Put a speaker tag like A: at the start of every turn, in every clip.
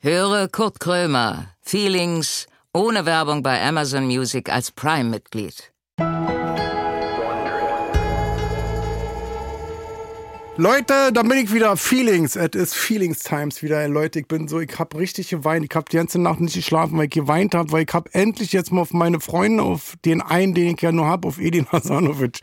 A: Höre Kurt Krömer, Feelings, ohne Werbung bei Amazon Music als Prime-Mitglied.
B: Leute, da bin ich wieder. Feelings. Es ist Feelings Times wieder, Leute. Ich bin so, ich hab richtig geweint. Ich hab die ganze Nacht nicht geschlafen, weil ich geweint hab, weil ich hab endlich jetzt mal auf meine Freunde, auf den einen, den ich ja nur hab, auf Edin Hasanovic,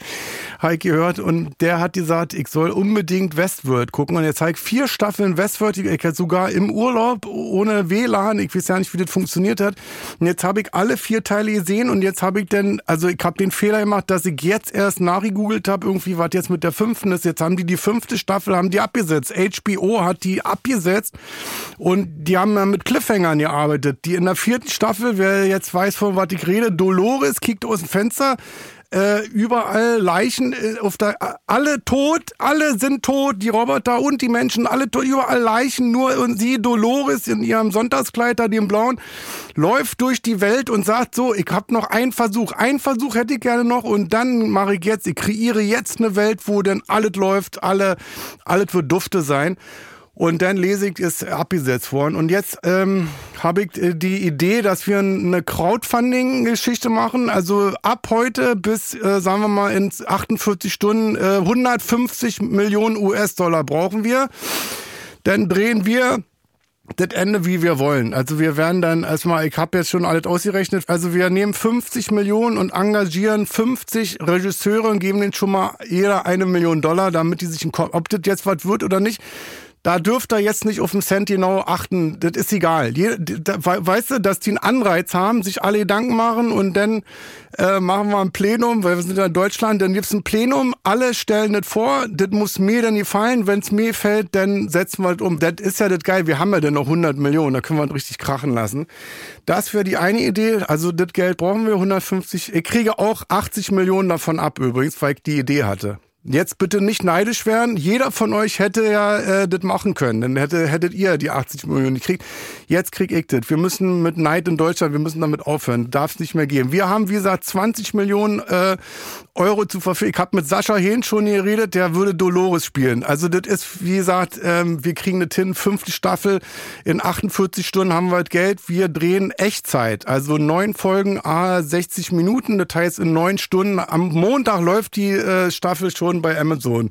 B: hab ich gehört. Und der hat gesagt, ich soll unbedingt Westworld gucken. Und jetzt hab ich vier Staffeln Westworld. Ich ich hab sogar im Urlaub, ohne WLAN. Ich weiß ja nicht, wie das funktioniert hat. Und jetzt hab ich alle vier Teile gesehen. Und jetzt hab ich dann, also ich hab den Fehler gemacht, dass ich jetzt erst nachgegoogelt hab, irgendwie, was jetzt mit der fünften ist. Jetzt haben die die fünfte fünfte Staffel haben die abgesetzt. HBO hat die abgesetzt und die haben dann mit Cliffhangern gearbeitet. Die in der vierten Staffel, wer jetzt weiß, von was ich rede, Dolores kickt aus dem Fenster. Äh, überall Leichen, äh, auf der, alle tot, alle sind tot, die Roboter und die Menschen, alle tot, überall Leichen, nur und sie, Dolores in ihrem Sonntagskleid, da dem blauen, läuft durch die Welt und sagt so, ich habe noch einen Versuch, einen Versuch hätte ich gerne noch und dann mache ich jetzt, ich kreiere jetzt eine Welt, wo dann alles läuft, alle, alles wird dufte sein. Und dann lese ich, ist abgesetzt worden. Und jetzt ähm, habe ich die Idee, dass wir eine Crowdfunding-Geschichte machen. Also ab heute bis, äh, sagen wir mal, in 48 Stunden äh, 150 Millionen US-Dollar brauchen wir. Dann drehen wir das Ende, wie wir wollen. Also wir werden dann erstmal, ich habe jetzt schon alles ausgerechnet, also wir nehmen 50 Millionen und engagieren 50 Regisseure und geben denen schon mal jeder eine Million Dollar, damit die sich im Kopf, ob das jetzt was wird oder nicht, da dürft ihr jetzt nicht auf den Cent genau achten. Das ist egal. Je, da, weißt du, dass die einen Anreiz haben, sich alle Gedanken machen und dann äh, machen wir ein Plenum, weil wir sind ja in Deutschland, dann gibt's ein Plenum, alle stellen das vor, das muss mir dann gefallen, wenn's mir fällt, dann setzen wir das um. Das ist ja das geil, wir haben ja dann noch 100 Millionen, da können wir das richtig krachen lassen. Das wäre die eine Idee, also das Geld brauchen wir, 150, ich kriege auch 80 Millionen davon ab übrigens, weil ich die Idee hatte. Jetzt bitte nicht neidisch werden. Jeder von euch hätte ja äh, das machen können. Dann hätte, hättet ihr die 80 Millionen gekriegt. Jetzt krieg ich das. Wir müssen mit Neid in Deutschland, wir müssen damit aufhören. Darf es nicht mehr geben. Wir haben, wie gesagt, 20 Millionen äh, Euro zu verfügen. Ich habe mit Sascha Hehn schon geredet, der würde Dolores spielen. Also das ist, wie gesagt, ähm, wir kriegen das hin. Fünfte Staffel. In 48 Stunden haben wir das Geld. Wir drehen Echtzeit. Also neun Folgen, ah, 60 Minuten. Das heißt, in neun Stunden. Am Montag läuft die äh, Staffel schon bei Amazon.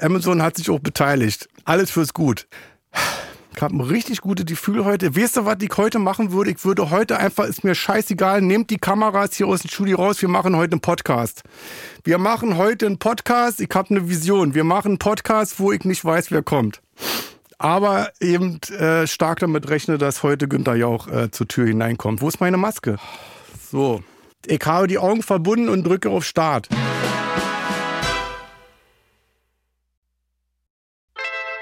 B: Amazon hat sich auch beteiligt. Alles fürs Gut. Ich habe ein richtig gutes Gefühl heute. Weißt du, was ich heute machen würde? Ich würde heute einfach, ist mir scheißegal, nehmt die Kameras hier aus dem Studio raus, wir machen heute einen Podcast. Wir machen heute einen Podcast, ich habe eine Vision. Wir machen einen Podcast, wo ich nicht weiß, wer kommt. Aber eben äh, stark damit rechne, dass heute Günther Jauch äh, zur Tür hineinkommt. Wo ist meine Maske? So. Ich habe die Augen verbunden und drücke auf Start.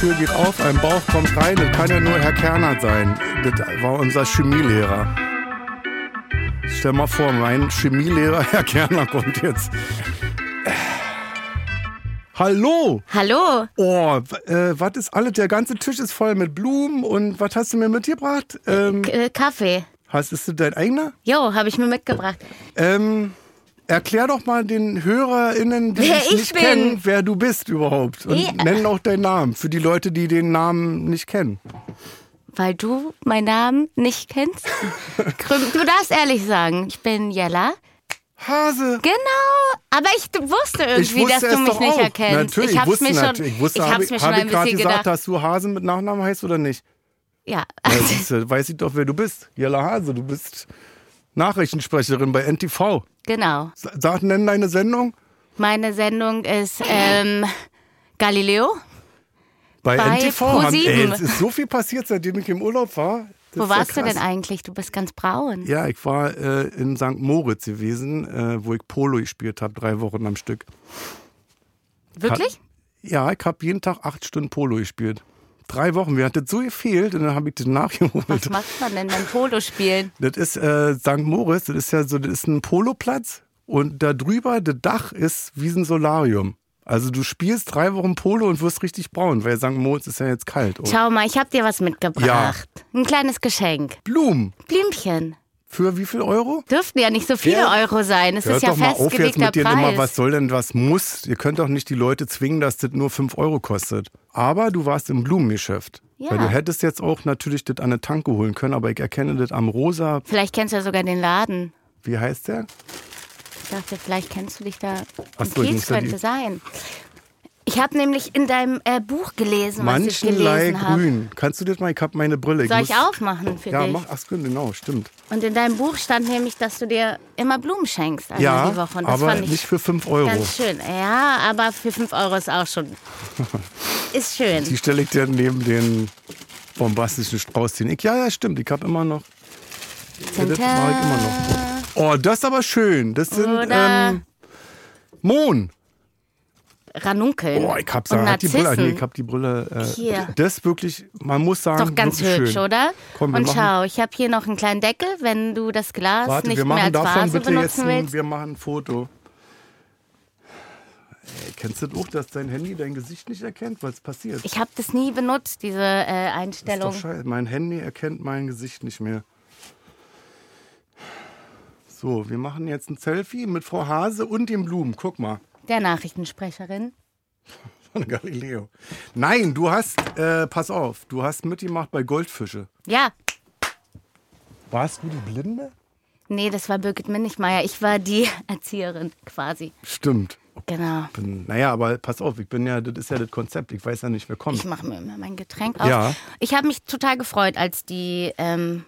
B: Tür geht auf, ein Bauch kommt rein. Das kann ja nur Herr Kerner sein. Das war unser Chemielehrer. Stell mal vor, mein Chemielehrer Herr Kerner kommt jetzt. Hallo!
C: Hallo!
B: Oh, äh, was ist alles? Der ganze Tisch ist voll mit Blumen und was hast du mir mitgebracht? Ähm,
C: K äh, Kaffee.
B: hast, ist das dein eigener?
C: Jo, habe ich mir mitgebracht.
B: Ähm, erklär doch mal den HörerInnen, die
C: Wer
B: dich
C: ich
B: nicht
C: bin.
B: kennen, wer du bist überhaupt. Und
C: Ja.
B: nenn auch deinen Namen für die Leute, die den Namen nicht kennen.
C: Weil du meinen Namen nicht kennst. Krüm- du darfst ehrlich sagen, ich bin Jella.
B: Hase!
C: Genau. Aber ich d- wusste irgendwie,
B: wusste
C: dass du
B: es
C: mich
B: doch
C: nicht
B: auch.
C: erkennst.
B: Natürlich,
C: ich hab's
B: wusste
C: mir schon,
B: natürlich. Ich wusste,
C: ich
B: habe
C: hab's mir schon
B: habe ich
C: ein
B: gerade
C: bisschen
B: gesagt,
C: gedacht.
B: dass du Hasen mit Nachnamen heißt oder nicht?
C: Ja.
B: Ja, Also- siehst du, weiß ich doch, wer du bist. Jella Hase, du bist Nachrichtensprecherin bei NTV.
C: genau.
B: S- Sag, nenn deine Sendung.
C: Meine Sendung ist ähm, Galileo.
B: Bei,
C: Bei
B: NTV. haben- Ey,
C: ProSieben.
B: es ist so viel passiert, seitdem ich im Urlaub war. Das
C: Wo
B: ist ja
C: warst du
B: krass.
C: denn eigentlich? Du bist ganz braun.
B: Ja, ich war äh, in St. Moritz gewesen, äh, wo ich Polo gespielt habe, drei Wochen am Stück.
C: Wirklich?
B: Ja, ich habe jeden Tag acht Stunden Polo gespielt. Drei Wochen, mir hat das so gefehlt und dann habe ich das nachgeholt.
C: Was macht man denn beim Polo spielen?
B: Das ist äh, St. Moritz, das ist ja so, das ist ein Poloplatz und da drüber, das Dach ist wie ein Solarium. Also du spielst drei Wochen Polo und wirst richtig braun, weil St. Moritz ist ja jetzt kalt. Und
C: Schau mal, ich habe dir was mitgebracht. Ein kleines Geschenk.
B: Blumen.
C: Blümchen.
B: Für wie viel Euro?
C: Dürften ja nicht so viele
B: Ja.
C: Euro sein. Es
B: Hört
C: ist ja
B: doch mal auf jetzt
C: festgelegter
B: mit dir immer,
C: Preis.
B: was soll denn, was muss. Ihr könnt doch nicht die Leute zwingen, dass das nur 5 Euro kostet. Aber du warst im Blumengeschäft.
C: Ja.
B: Weil du hättest jetzt auch natürlich das an eine Tanke holen können, aber ich erkenne das am rosa,
C: Vielleicht kennst du ja sogar den Laden.
B: wie heißt der?
C: Ich dachte, vielleicht kennst du dich da.
B: Ach
C: Ein
B: so, ich
C: Kiez
B: muss ja die-
C: könnte sein. Ich habe nämlich in deinem äh, Buch gelesen, was ich
B: Manchenlei
C: gelesen habe.
B: Grün. Kannst du das mal, ich hab meine Brille.
C: Soll
B: muss-
C: ich aufmachen für
B: Ja,
C: dich?
B: mach, ach genau, stimmt.
C: Und in deinem Buch stand nämlich, dass du dir immer Blumen schenkst einmal die
B: Ja,
C: Woche. Und das
B: aber
C: fand ich
B: nicht für 5 Euro.
C: ganz schön. Ja, aber für 5 Euro ist auch schon. Ist schön.
B: Die stelle ich dir neben den bombastischen Strauß, den ich, ja, ja, stimmt, ich hab immer noch. Ja, das mache ich immer noch. Oh, das ist aber schön. Das sind
C: Oder-
B: ähm, Mohn.
C: Ranunkeln.
B: Oh, ich hab,
C: Und
B: da, hat die Brille. Nee,
C: Narzissen.
B: ich hab die Brille. Äh,
C: Hier.
B: das ist wirklich, man muss sagen,
C: Doch ganz
B: wirklich
C: hübsch,
B: schön.
C: oder?
B: Komm, wir
C: und
B: machen-
C: schau, ich habe hier noch einen kleinen Deckel. Wenn du das Glas
B: Warte,
C: nicht
B: wir
C: mehr
B: machen
C: als
B: davon
C: Vase
B: bitte jetzt
C: benutzen
B: ein,
C: willst.
B: wir machen ein Foto. Ey, kennst du das auch, dass dein Handy dein Gesicht nicht erkennt? Was passiert?
C: Ich habe das nie benutzt, diese äh,
B: ist doch
C: Einstellung.
B: scheiße. Mein Handy erkennt mein Gesicht nicht mehr. So, wir machen jetzt ein Selfie mit Frau Hase und den Blumen. Guck mal.
C: Der Nachrichtensprecherin.
B: Von Galileo. Nein, du hast, äh, pass auf, du hast mitgemacht bei Goldfische.
C: Ja,
B: Warst du die Blinde?
C: nee, das war Birgit Minichmeier. Ich war die Erzieherin quasi.
B: Stimmt.
C: Genau.
B: Bin, naja, aber pass auf, ich bin ja, das ist ja das Konzept. Ich weiß ja nicht, wer kommt.
C: Ich mache mir immer mein Getränk auf.
B: Ja.
C: Ich habe mich total gefreut, als die ähm,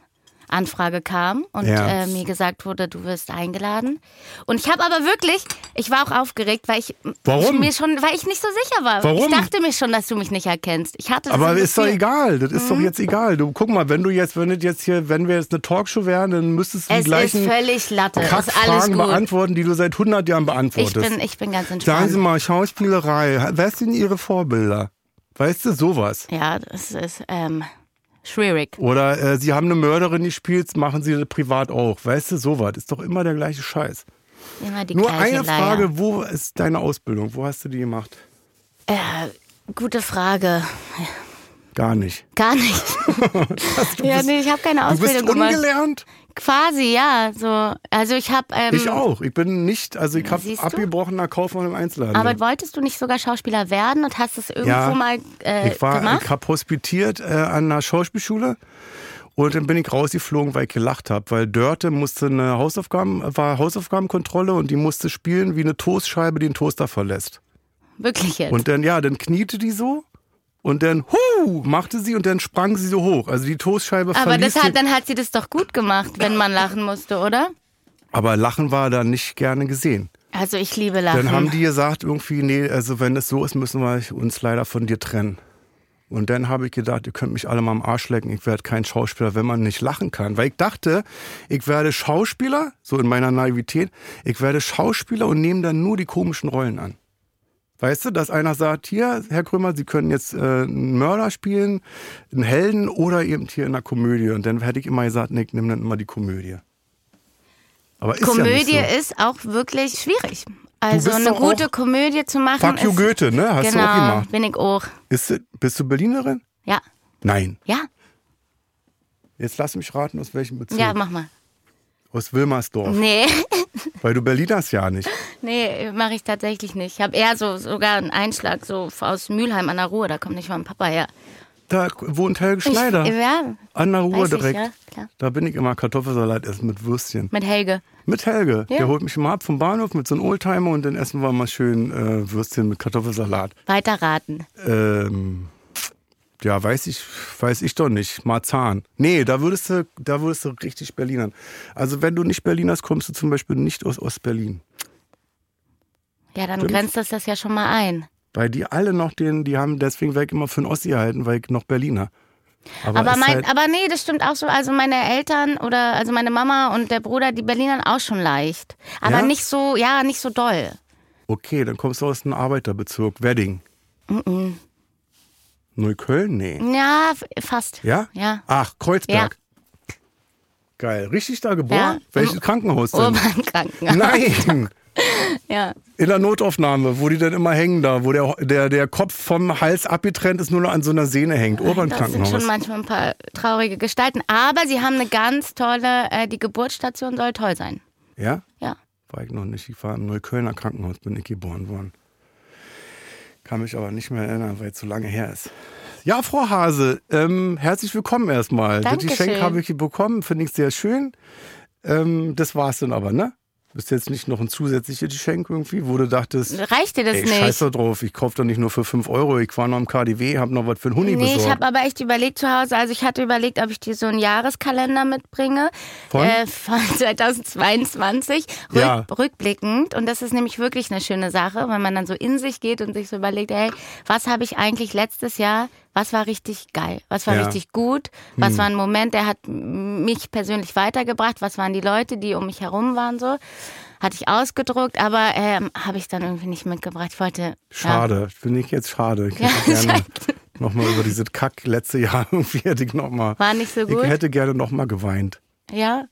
C: Anfrage kam und
B: Ja.
C: äh, mir gesagt wurde, du wirst eingeladen. Und ich habe aber wirklich, ich war auch aufgeregt, weil ich
B: Warum?
C: mir schon, weil ich nicht so sicher war.
B: Warum?
C: Ich dachte mir schon, dass du mich nicht erkennst. Ich hatte das
B: Aber
C: im
B: ist doch
C: Gefühl.
B: egal, das ist doch jetzt egal. Du guck mal, wenn du jetzt, wenn das jetzt hier, wenn wir jetzt eine Talkshow wären, dann müsstest du die
C: Es ist
B: gleichen
C: völlig Latte. Ist alles
B: Kackfragen
C: gut.
B: beantworten, die du seit 100 Jahren
C: Ich
B: beantwortest.
C: bin, ich bin ganz
B: Sagen Sie
C: entspannt.
B: mal, Schauspielerei, wer sind Ihre Vorbilder? Weißt du, sowas?
C: Ja, das ist ähm, schwierig.
B: Oder äh, Sie haben eine Mörderin gespielt, machen Sie das privat auch. Weißt du, sowas? Ist doch immer der gleiche Scheiß.
C: Immer die
B: Nur
C: gleiche
B: eine
C: Leier.
B: Frage, wo ist deine Ausbildung? Wo hast du die gemacht?
C: Äh, Gute Frage.
B: Gar nicht.
C: Gar nicht. ja, nee, ich habe keine
B: Du bist
C: Ausbildung gemacht.
B: ungelernt?
C: Quasi, ja. So, also ich habe. Ähm,
B: Ich auch. Ich bin nicht, also ich habe
C: Siehst du?
B: abgebrochener Kaufmann im Einzelhandel.
C: Aber wolltest du nicht sogar Schauspieler werden und hast es irgendwo
B: Ja.
C: mal äh,
B: ich war,
C: gemacht?
B: ich habe hospitiert äh, an einer Schauspielschule und dann bin ich rausgeflogen, weil ich gelacht habe, weil Dörte musste eine Hausaufgaben, war Hausaufgabenkontrolle und die musste spielen, wie eine Toastscheibe die den Toaster verlässt.
C: Wirklich jetzt.
B: Und dann, ja, dann kniete die so und dann, hu, machte sie und dann sprang sie so hoch. Also die Toastscheibe
C: aber
B: verließ
C: das hat,
B: die,
C: dann hat sie das doch gut gemacht, wenn man lachen musste, oder?
B: Aber Lachen war da nicht gerne gesehen.
C: Also ich liebe Lachen.
B: Dann haben die gesagt, irgendwie, nee, also wenn es so ist, müssen wir uns leider von dir trennen. Und dann habe ich gedacht, ihr könnt mich alle mal am Arsch lecken, ich werde kein Schauspieler, wenn man nicht lachen kann. Weil ich dachte, ich werde Schauspieler, so in meiner Naivität, ich werde Schauspieler und nehme dann nur die komischen Rollen an. Weißt du, dass einer sagt, hier, Herr Krömer, Sie können jetzt äh, einen Mörder spielen, einen Helden oder eben hier in einer Komödie. Und dann hätte ich immer gesagt, nee, ich nehme dann immer die Komödie. Aber ist ja nicht
C: Komödie
B: so.
C: ist auch wirklich schwierig. Also
B: bist
C: eine
B: doch
C: gute
B: auch-
C: Komödie zu machen.
B: Fuck you
C: ist,
B: Goethe, ne? Hast du auch
C: genau,
B: gemacht.
C: bin ich auch.
B: Ist, du- bist du Berlinerin?
C: Ja,
B: Nein.
C: ja,
B: Jetzt lass mich raten, aus welchem Bezirk?
C: ja, mach mal.
B: aus Wilmersdorf.
C: Nee,
B: Weil du Berliners ja nicht.
C: nee, mache ich tatsächlich nicht. Ich habe eher so sogar einen Einschlag so aus Mülheim an der Ruhr, da kommt nicht mein Papa her.
B: Da wohnt Helge
C: Ich,
B: Schneider.
C: ja,
B: An der Ruhr
C: Weiß ich,
B: direkt.
C: ja, klar.
B: Da bin ich immer Kartoffelsalat essen mit Würstchen.
C: mit Helge.
B: Mit Helge.
C: Ja.
B: Der holt mich immer ab vom Bahnhof mit so einem Oldtimer und dann essen wir mal schön äh, Würstchen mit Kartoffelsalat.
C: Weiterraten.
B: Ähm, ja, weiß ich, weiß ich doch nicht. Marzahn. Nee, da würdest du, da würdest du richtig Berlinern. Also wenn du nicht Berliners kommst du zum Beispiel nicht aus Ostberlin.
C: Ja, dann grenzt das das ja schon mal ein.
B: Weil die alle noch den, die haben deswegen weg immer für einen Ossi gehalten, weil ich noch Berliner.
C: Aber,
B: ist
C: mein,
B: halt-
C: aber nee, das stimmt auch so. Also meine Eltern oder also meine Mama und der Bruder, die Berlinern auch schon leicht. Aber
B: Ja?
C: nicht so, ja, nicht so doll.
B: okay, dann kommst du aus einem Arbeiterbezirk, Wedding. Neukölln? Nee.
C: Ja, f- fast.
B: Ja?
C: Ja.
B: Ach, Kreuzberg. Geil. Richtig da geboren?
C: Ja. Um-
B: Welches Krankenhaus denn?
C: Urban Krankenhaus.
B: Nein!
C: Ja.
B: In der Notaufnahme, wo die dann immer hängen da, wo der, der, der Kopf vom Hals abgetrennt ist, nur noch an so einer Sehne hängt. Urban
C: Das sind schon
B: Krankenhaus.
C: manchmal ein paar traurige Gestalten, aber sie haben eine ganz tolle, äh, die Geburtsstation soll toll sein.
B: Ja?
C: Ja.
B: War ich noch nicht. Ich war im Neuköllner Krankenhaus, bin ich geboren worden. Kann mich aber nicht mehr erinnern, weil es so lange her ist. Ja, Frau Hase, ähm, herzlich willkommen erstmal. Das
C: Dankeschön.
B: Geschenk habe ich bekommen, finde ich sehr schön. Ähm, das war's dann aber, ne? Bist jetzt nicht noch ein zusätzliches Geschenk irgendwie, wo du dachtest,
C: Reicht dir das
B: ey,
C: nicht?
B: scheiß da drauf, ich kaufe doch nicht nur für 5 Euro, ich war noch im KDW, habe noch was für den Huni
C: Nee, ich
B: besorgt.
C: habe aber echt überlegt zu Hause, also ich hatte überlegt, ob ich dir so einen Jahreskalender mitbringe
B: Von?
C: Äh, von 2022 rück,
B: Ja.
C: rückblickend und das ist nämlich wirklich eine schöne Sache, wenn man dann so in sich geht und sich so überlegt, hey, was habe ich eigentlich letztes Jahr, was war richtig geil, was war
B: Ja. Hm.
C: richtig gut, was war ein Moment, der hat m- mich persönlich weitergebracht, was waren die Leute, die um mich herum waren so. Hatte ich ausgedruckt, aber ähm, habe ich dann irgendwie nicht mitgebracht. Ich wollte. Ja.
B: Schade, finde ich jetzt schade. Ich
C: Ja,
B: hätte gerne nochmal über dieses Kack letzte Jahr irgendwie hätte ich nochmal.
C: War nicht so gut?
B: Ich hätte gerne nochmal geweint.
C: Ja.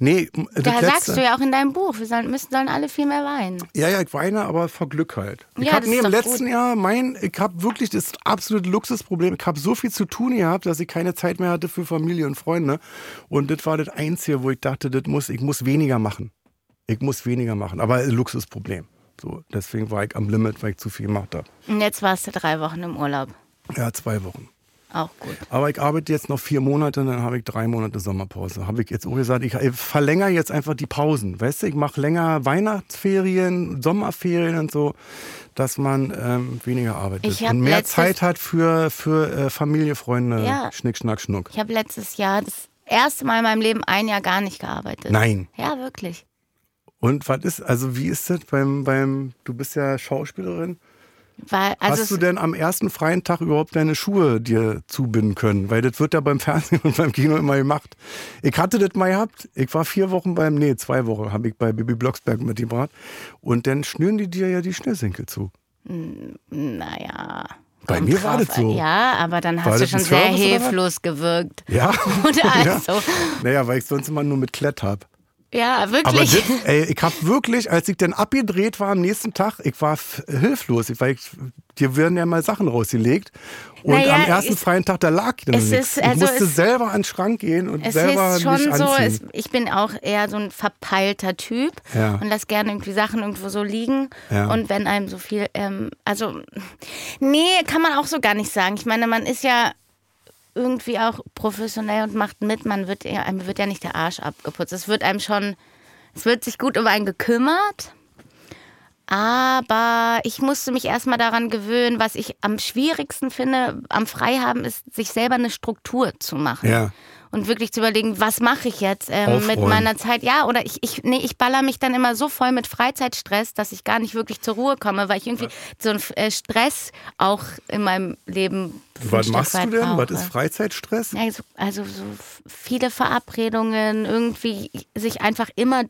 B: Nee, m- äh, das
C: Da
B: letzte.
C: sagst du ja auch in deinem Buch, wir sollen, müssen, sollen alle viel mehr weinen.
B: Ja, ja, ich weine, aber vor Glück halt. Ich
C: Ja,
B: hab,
C: das
B: nee,
C: ist
B: im
C: doch
B: letzten Jahr, mein, ich habe wirklich das absolute Luxusproblem. Ich habe so viel zu tun gehabt, dass ich keine Zeit mehr hatte für Familie und Freunde. Und das war das Einzige, wo ich dachte, das muss, ich muss weniger machen. Ich muss weniger machen. Aber ein Luxusproblem. So, deswegen war ich am Limit, weil ich zu viel gemacht habe.
C: Und jetzt warst du drei Wochen im Urlaub.
B: Ja, zwei Wochen.
C: Auch gut.
B: Aber ich arbeite jetzt noch vier Monate, dann habe ich drei Monate Sommerpause. Habe ich jetzt auch gesagt, ich verlängere jetzt einfach die Pausen. Weißt du, ich mache länger Weihnachtsferien, Sommerferien und so, dass man ähm, weniger arbeitet
C: Ich hab
B: und mehr
C: letztes-
B: Zeit hat für, für äh, Familie, Freunde,
C: Ja.
B: Schnick, Schnack, Schnuck.
C: Ich habe letztes Jahr das erste Mal in meinem Leben ein Jahr gar nicht gearbeitet.
B: Nein.
C: Ja, wirklich.
B: Und was ist, also wie ist das beim, beim du bist ja Schauspielerin.
C: Weil, also
B: Hast
C: es-
B: du denn am ersten freien Tag überhaupt deine Schuhe dir zubinden können? Weil das wird ja beim Fernsehen und beim Kino immer gemacht. Ich hatte das mal gehabt. Ich war vier Wochen beim, nee, zwei Wochen habe ich bei Bibi Blocksberg mitgebracht. Und dann schnüren die dir ja die Schnürsenkel zu.
C: naja.
B: Bei
C: kommt
B: mir war
C: drauf
B: das
C: an.
B: so.
C: Ja, aber dann
B: War
C: hast du
B: das ein
C: schon sehr
B: Service oder was?
C: hilflos gewirkt.
B: Ja.
C: Und also,
B: Naja, weil ich sonst immer nur mit Klett habe.
C: ja,
B: Aber das,
C: wirklich.
B: ey, ich habe wirklich, als ich dann abgedreht war am nächsten Tag, ich war f- hilflos. Ich, weil ich, dir werden ja mal Sachen rausgelegt. Und
C: Naja,
B: am ersten
C: es-
B: freien Tag, da lag dann
C: es
B: nichts.
C: ist- also
B: Ich musste
C: es-
B: selber an den Schrank gehen und
C: Es
B: selber
C: ist schon
B: mich
C: so,
B: anziehen.
C: es, ich bin auch eher so ein verpeilter Typ
B: Ja.
C: und lasse gerne irgendwie Sachen irgendwo so liegen.
B: Ja.
C: Und wenn einem so viel, ähm, also, nee, kann man auch so gar nicht sagen. Ich meine, man ist ja irgendwie auch professionell und macht mit. Man wird, ja- einem wird ja nicht der Arsch abgeputzt. Es wird einem schon, es wird sich gut um einen gekümmert. Aber ich musste mich erstmal daran gewöhnen, was ich am schwierigsten finde, am Freihaben ist, sich selber eine Struktur zu machen
B: Ja.
C: und wirklich zu überlegen, was mache ich jetzt ähm, mit
B: Aufräumen.
C: meiner Zeit? Ja, oder ich, ich, nee, ich baller mich dann immer so voll mit Freizeitstress, dass ich gar nicht wirklich zur Ruhe komme, weil ich irgendwie so einen äh, Stress auch in meinem Leben. ein
B: Was
C: Stück
B: machst du
C: weit äh,
B: denn? Was
C: brauche.
B: ist Freizeitstress?
C: Also, also so f- viele Verabredungen, irgendwie sich einfach immer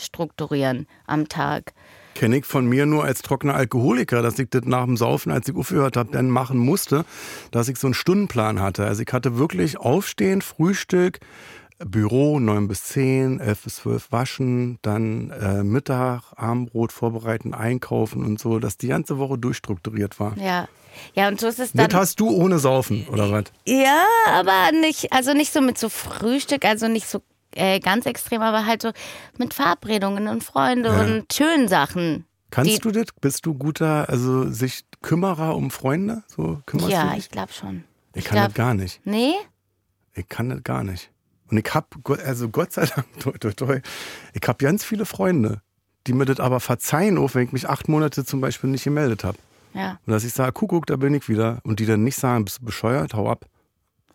C: durchstrukturieren am Tag.
B: Kenne ich von mir nur als trockener Alkoholiker, dass ich das nach dem Saufen, als ich aufgehört habe, dann machen musste, dass ich so einen Stundenplan hatte. Also ich hatte wirklich Aufstehen, Frühstück, Büro 9 bis 10, 11 bis 12 waschen, dann äh, Mittag, Abendbrot vorbereiten, einkaufen und so, dass die ganze Woche durchstrukturiert war.
C: Ja. Ja, und so ist es dann.
B: Das hast du ohne Saufen, oder was?
C: Ja, aber nicht, also nicht so mit so Frühstück, also nicht so äh, ganz extrem, aber halt so mit Verabredungen und Freunde
B: Ja.
C: und schönen Sachen.
B: Kannst
C: Die-
B: du das? Bist du guter, also sich Kümmerer um Freunde? So kümmerst
C: ja,
B: du dich?
C: ich glaube schon.
B: Ich
C: ich
B: kann
C: glaub-
B: das gar nicht.
C: Nee?
B: Ich kann das gar nicht. Und ich hab, Gott- also Gott sei Dank, toi, toi, toi, ich hab ganz viele Freunde, die mir das aber verzeihen, auch wenn ich mich acht Monate zum Beispiel nicht gemeldet habe.
C: Ja,
B: Und dass ich sage, Kuckuck, da bin ich wieder. Und die dann nicht sagen, bist du bescheuert, hau ab.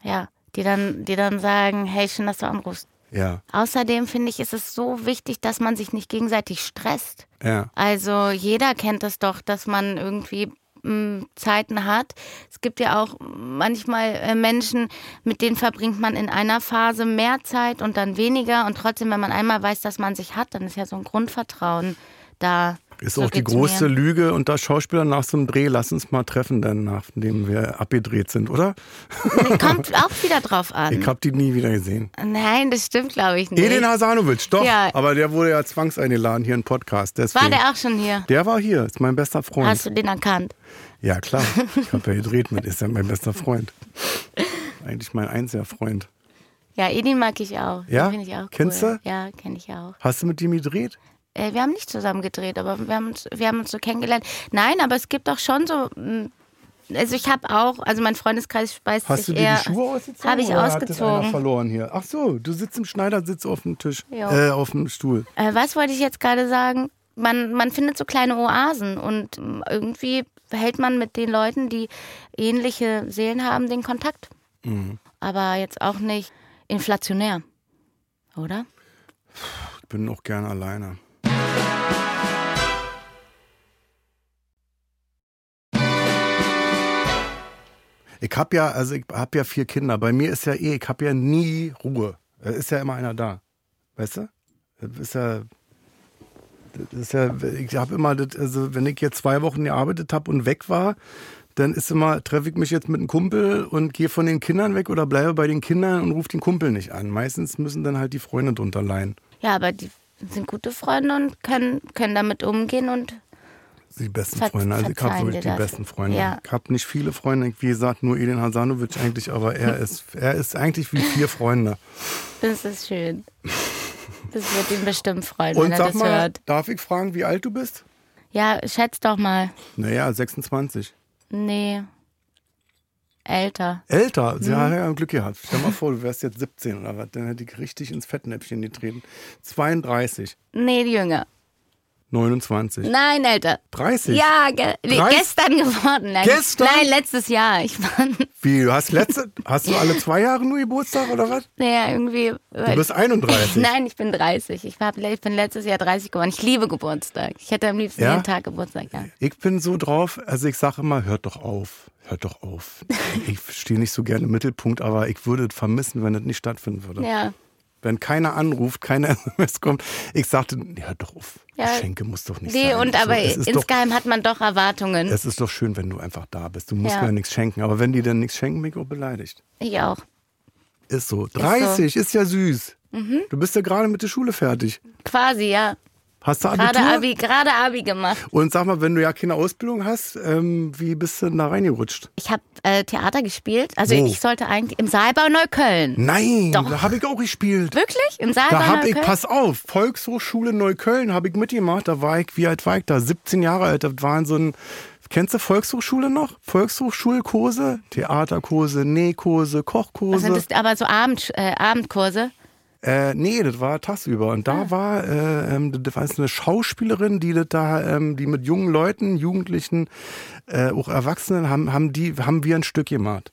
C: ja. Die dann, die dann sagen, hey, schön, dass du anrufst.
B: Ja,
C: Außerdem finde ich, ist es so wichtig, dass man sich nicht gegenseitig stresst.
B: ja.
C: Also jeder kennt das doch, dass man irgendwie mh, Zeiten hat. Es gibt ja auch manchmal äh, Menschen, mit denen verbringt man in einer Phase mehr Zeit und dann weniger. Und trotzdem, wenn man einmal weiß, dass man sich hat, dann ist ja so ein Grundvertrauen da.
B: Ist
C: So
B: auch die
C: geht's
B: große
C: mir.
B: Lüge unter Schauspielern nach so einem Dreh. Lass uns mal treffen, dann nachdem wir abgedreht sind, oder?
C: Kommt auch wieder drauf an.
B: Ich habe die nie wieder gesehen.
C: Nein, das stimmt, glaube ich nicht.
B: Elena Hasanovic, doch.
C: Ja.
B: Aber der wurde ja zwangseingeladen hier im Podcast. Deswegen.
C: War der auch schon hier?
B: Der war hier, ist mein bester Freund.
C: Hast du den erkannt?
B: Ja, klar. Ich habe ja gedreht mit, ist ja mein bester Freund. Eigentlich mein einziger Freund.
C: Ja, Edin mag ich auch. Den
B: Ja?
C: Find ich auch
B: Kennst
C: cool.
B: du?
C: Ja, kenne ich auch.
B: Hast du mit ihm gedreht?
C: Äh, wir haben nicht zusammen gedreht, aber wir haben, uns, wir haben uns so kennengelernt. Nein, aber es gibt auch schon so. mh, Also ich habe auch, also mein Freundeskreis speist
B: Hast du
C: sich
B: dir
C: eher.
B: die Schuhe ausgezogen?
C: Habe ich
B: oder hat das einer
C: ausgezogen.
B: verloren hier. Ach so, du sitzt im Schneidersitz auf dem Tisch.
C: Jo.
B: Äh, auf dem Stuhl.
C: Äh, was wollte ich jetzt gerade sagen? Man, man findet so kleine Oasen und mh, irgendwie hält man mit den Leuten, die ähnliche Seelen haben, den Kontakt.
B: Mhm.
C: Aber jetzt auch nicht inflationär, oder?
B: Ich bin auch gern alleine. Ich habe ja, also ich habe ja vier Kinder. Bei mir ist ja eh, ich habe ja nie Ruhe. Äh, Ist ja immer einer da. Weißt du? Das Ist ja, das ist ja, ich habe immer, das, also wenn ich jetzt zwei Wochen gearbeitet habe und weg war, dann ist immer, treffe ich mich jetzt mit einem Kumpel und gehe von den Kindern weg oder bleibe bei den Kindern und rufe den Kumpel nicht an. Meistens müssen dann halt die Freunde drunter leiden.
C: Ja, aber die sind gute Freunde und können, können damit umgehen und
B: Die besten
C: Ver-
B: Freunde. Also ich habe
C: verzeihen
B: wirklich die
C: dir das.
B: besten Freunde.
C: Ja.
B: Ich habe nicht viele Freunde, wie gesagt, nur Edin Hasanovic eigentlich, aber er ist, er ist eigentlich wie vier Freunde.
C: das ist schön. Das wird ihn bestimmt freuen,
B: Und
C: wenn er
B: sag
C: das
B: mal,
C: hört.
B: darf ich fragen, wie alt du bist?
C: Ja, schätz doch mal.
B: Naja, 26.
C: Nee. Älter.
B: Älter,
C: Mhm.
B: sie hat ja Glück gehabt. Stell mal vor, du wärst jetzt 17 oder was, dann hätte ich richtig ins Fettnäpfchen getreten. 32,
C: Nee, jünger.
B: 29,
C: Nein, älter.
B: 30.
C: Ja, ge nee,
B: Preis-
C: gestern geworden. Nein,
B: Gestern?
C: Nein, letztes Jahr. Ich war
B: Wie, du hast letzte, hast du alle zwei Jahre nur Geburtstag oder was?
C: naja, irgendwie.
B: Du bist 31.
C: Nein, ich bin 30. Ich, war, ich bin letztes Jahr 30 geworden. Ich liebe Geburtstag. Ich hätte am liebsten
B: Ja? Also,
C: jeden Tag Geburtstag gehabt.
B: Ich bin so drauf, also ich sage immer, hört doch auf, hört doch auf. Ich stehe nicht so gerne im Mittelpunkt, aber ich würde es vermissen, wenn das nicht stattfinden würde.
C: Ja.
B: Wenn keiner anruft, keine SMS kommt. Ich sagte, hört doch auf.
C: Ja.
B: Geschenke muss doch nicht
C: Nee,
B: sein.
C: und
B: So,
C: aber
B: es ist doch,
C: insgeheim hat man doch Erwartungen.
B: Es ist doch schön, wenn du einfach da bist. Du musst
C: Ja.
B: mir ja nichts schenken. Aber wenn die dann nichts schenken, bin ich auch beleidigt.
C: ich auch.
B: Ist so. 30 ist, ja süß.
C: Mhm.
B: Du bist ja gerade mit der Schule fertig.
C: Quasi, ja.
B: Hast du Abitur?
C: Gerade Abi, gerade Abi gemacht.
B: Und sag mal, wenn du ja keine Ausbildung hast, ähm, wie bist du denn da reingerutscht?
C: Ich habe äh, Theater gespielt. Also
B: Wo?
C: ich sollte eigentlich im Saalbau Neukölln.
B: Nein,
C: Doch.
B: da habe ich auch gespielt.
C: Wirklich? Im Saalbau
B: Da habe ich,
C: Neukölln?
B: pass auf, Volkshochschule Neukölln habe ich mitgemacht. Da war ich, wie alt war ich da? 17 Jahre alt. Das waren so ein, kennst du Volkshochschule noch? Volkshochschulkurse, Theaterkurse, Nähkurse,
C: Was sind
B: Kochkurse.
C: Also das aber so Abend, äh, Abendkurse?
B: Äh, nee, das war tagsüber. Und da war, äh, ähm, das war eine Schauspielerin, die das da, ähm, die mit jungen Leuten, Jugendlichen, äh, auch Erwachsenen, haben, haben, die, haben wir ein Stück gemacht.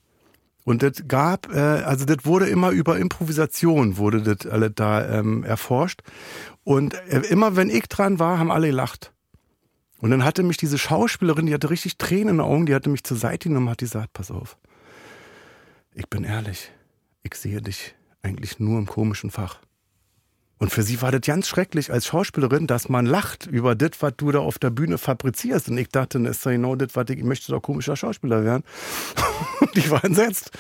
B: Und das gab, äh, also das wurde immer über Improvisation wurde das alle da ähm, erforscht. Und äh, immer wenn ich dran war, haben alle gelacht. Und dann hatte mich diese Schauspielerin, die hatte richtig Tränen in den Augen, die hatte mich zur Seite genommen, hat gesagt, pass auf, ich bin ehrlich, ich sehe dich eigentlich nur im komischen Fach. Und für sie war das ganz schrecklich als Schauspielerin, dass man lacht über das, was du da auf der Bühne fabrizierst. Und ich dachte, das ist doch genau das, was ich, ich möchte doch komischer Schauspieler werden. die war entsetzt.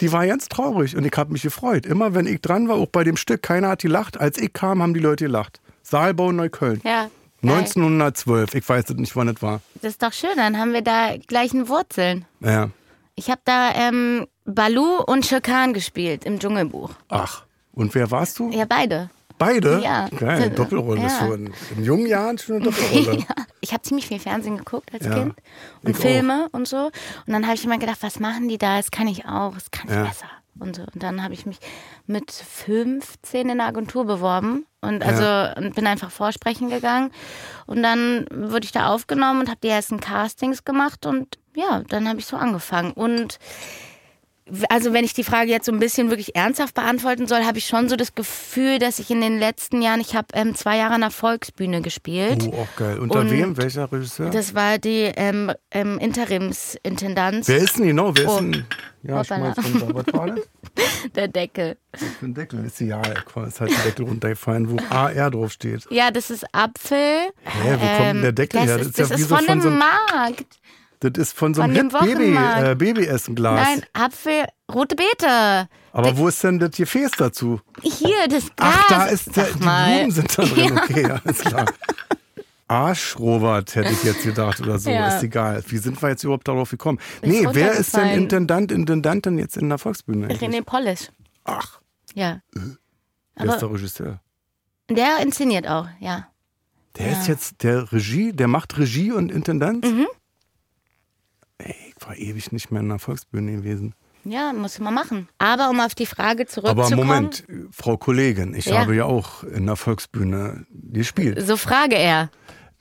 B: Die war ganz traurig und ich habe mich gefreut. Immer wenn ich dran war, auch bei dem Stück, keiner hat gelacht. Als ich kam, haben die Leute gelacht. Saalbau Neukölln.
C: Ja. geil.
B: 1912. Ich weiß jetzt nicht, wann das war.
C: Das ist doch schön, dann haben wir da gleichen Wurzeln.
B: Ja.
C: Ich habe da ähm, Balu und Schirkan gespielt im Dschungelbuch.
B: Ach. Und wer warst du?
C: Ja, beide.
B: Beide?
C: Ja.
B: Geil, Doppelrolle.
C: Ja.
B: Schon. In jungen Jahren schon eine Doppelrolle.
C: Ich habe ziemlich viel Fernsehen geguckt als
B: Ja,
C: Kind und
B: ich auch.
C: Filme und so. Und dann habe ich immer gedacht, was machen die da? Das kann ich auch, das kann ich
B: Ja.
C: besser. Und, so. und dann habe ich mich mit 15 in der Agentur beworben und also und bin einfach vorsprechen gegangen. Und dann wurde ich da aufgenommen und habe die ersten Castings gemacht und ja, dann habe ich so angefangen. Und also wenn ich die Frage jetzt so ein bisschen wirklich ernsthaft beantworten soll, habe ich schon so das Gefühl, dass ich in den letzten Jahren, ich habe ähm, zwei Jahre an der Volksbühne gespielt.
B: Oh, auch geil. Unter
C: Und
B: wem? Welcher Regisseur?
C: Das war die ähm, ähm, Interimsintendanz,
B: Wer ist denn genau? Wer ist
C: Oh.
B: denn? Ja,
C: Hoppala.
B: schmeiß runter. Was war das?
C: der Deckel.
B: Für ein Deckel. Ist ja, komm, ist halt ein Deckel runtergefallen, wo AR draufsteht.
C: Ja, das ist Apfel. Ähm,
B: Hä, wo kommt denn der Deckel
C: das
B: her?
C: Ist,
B: Das ist ja wie so
C: von
B: von
C: dem
B: so einem-
C: Markt.
B: Das ist von so einem
C: Von dem
B: Hit Baby,
C: Wochenmarkt.
B: äh, Babyessenglas.
C: Nein, Apfel, rote Beete.
B: Aber wo ist denn das Gefäß dazu?
C: Hier, das Gas.
B: Ach, da ist der,
C: Sag
B: die
C: mal.
B: Blumen sind da drin. Okay, ja, ist klar. Arschrobert hätte ich jetzt gedacht oder so.
C: Ja.
B: Ist egal. Wie sind wir jetzt überhaupt darauf gekommen? Nee, wer ist denn
C: runtergefallen.
B: Intendant, Intendantin jetzt in der Volksbühne? eigentlich?
C: René Polish.
B: Ach,
C: Ja.
B: der ist
C: Aber
B: der Regisseur.
C: der inszeniert auch, ja. Mhm.
B: Der ist jetzt der Regie, der macht Regie und Intendant? Ey, ich war ewig nicht mehr in der Volksbühne gewesen.
C: Ja, muss man machen. Aber um auf die Frage
B: Aber
C: zurückzukommen.
B: Moment, Frau Kollegin, ich
C: Ja.
B: habe ja auch in der Volksbühne gespielt.
C: So frage er.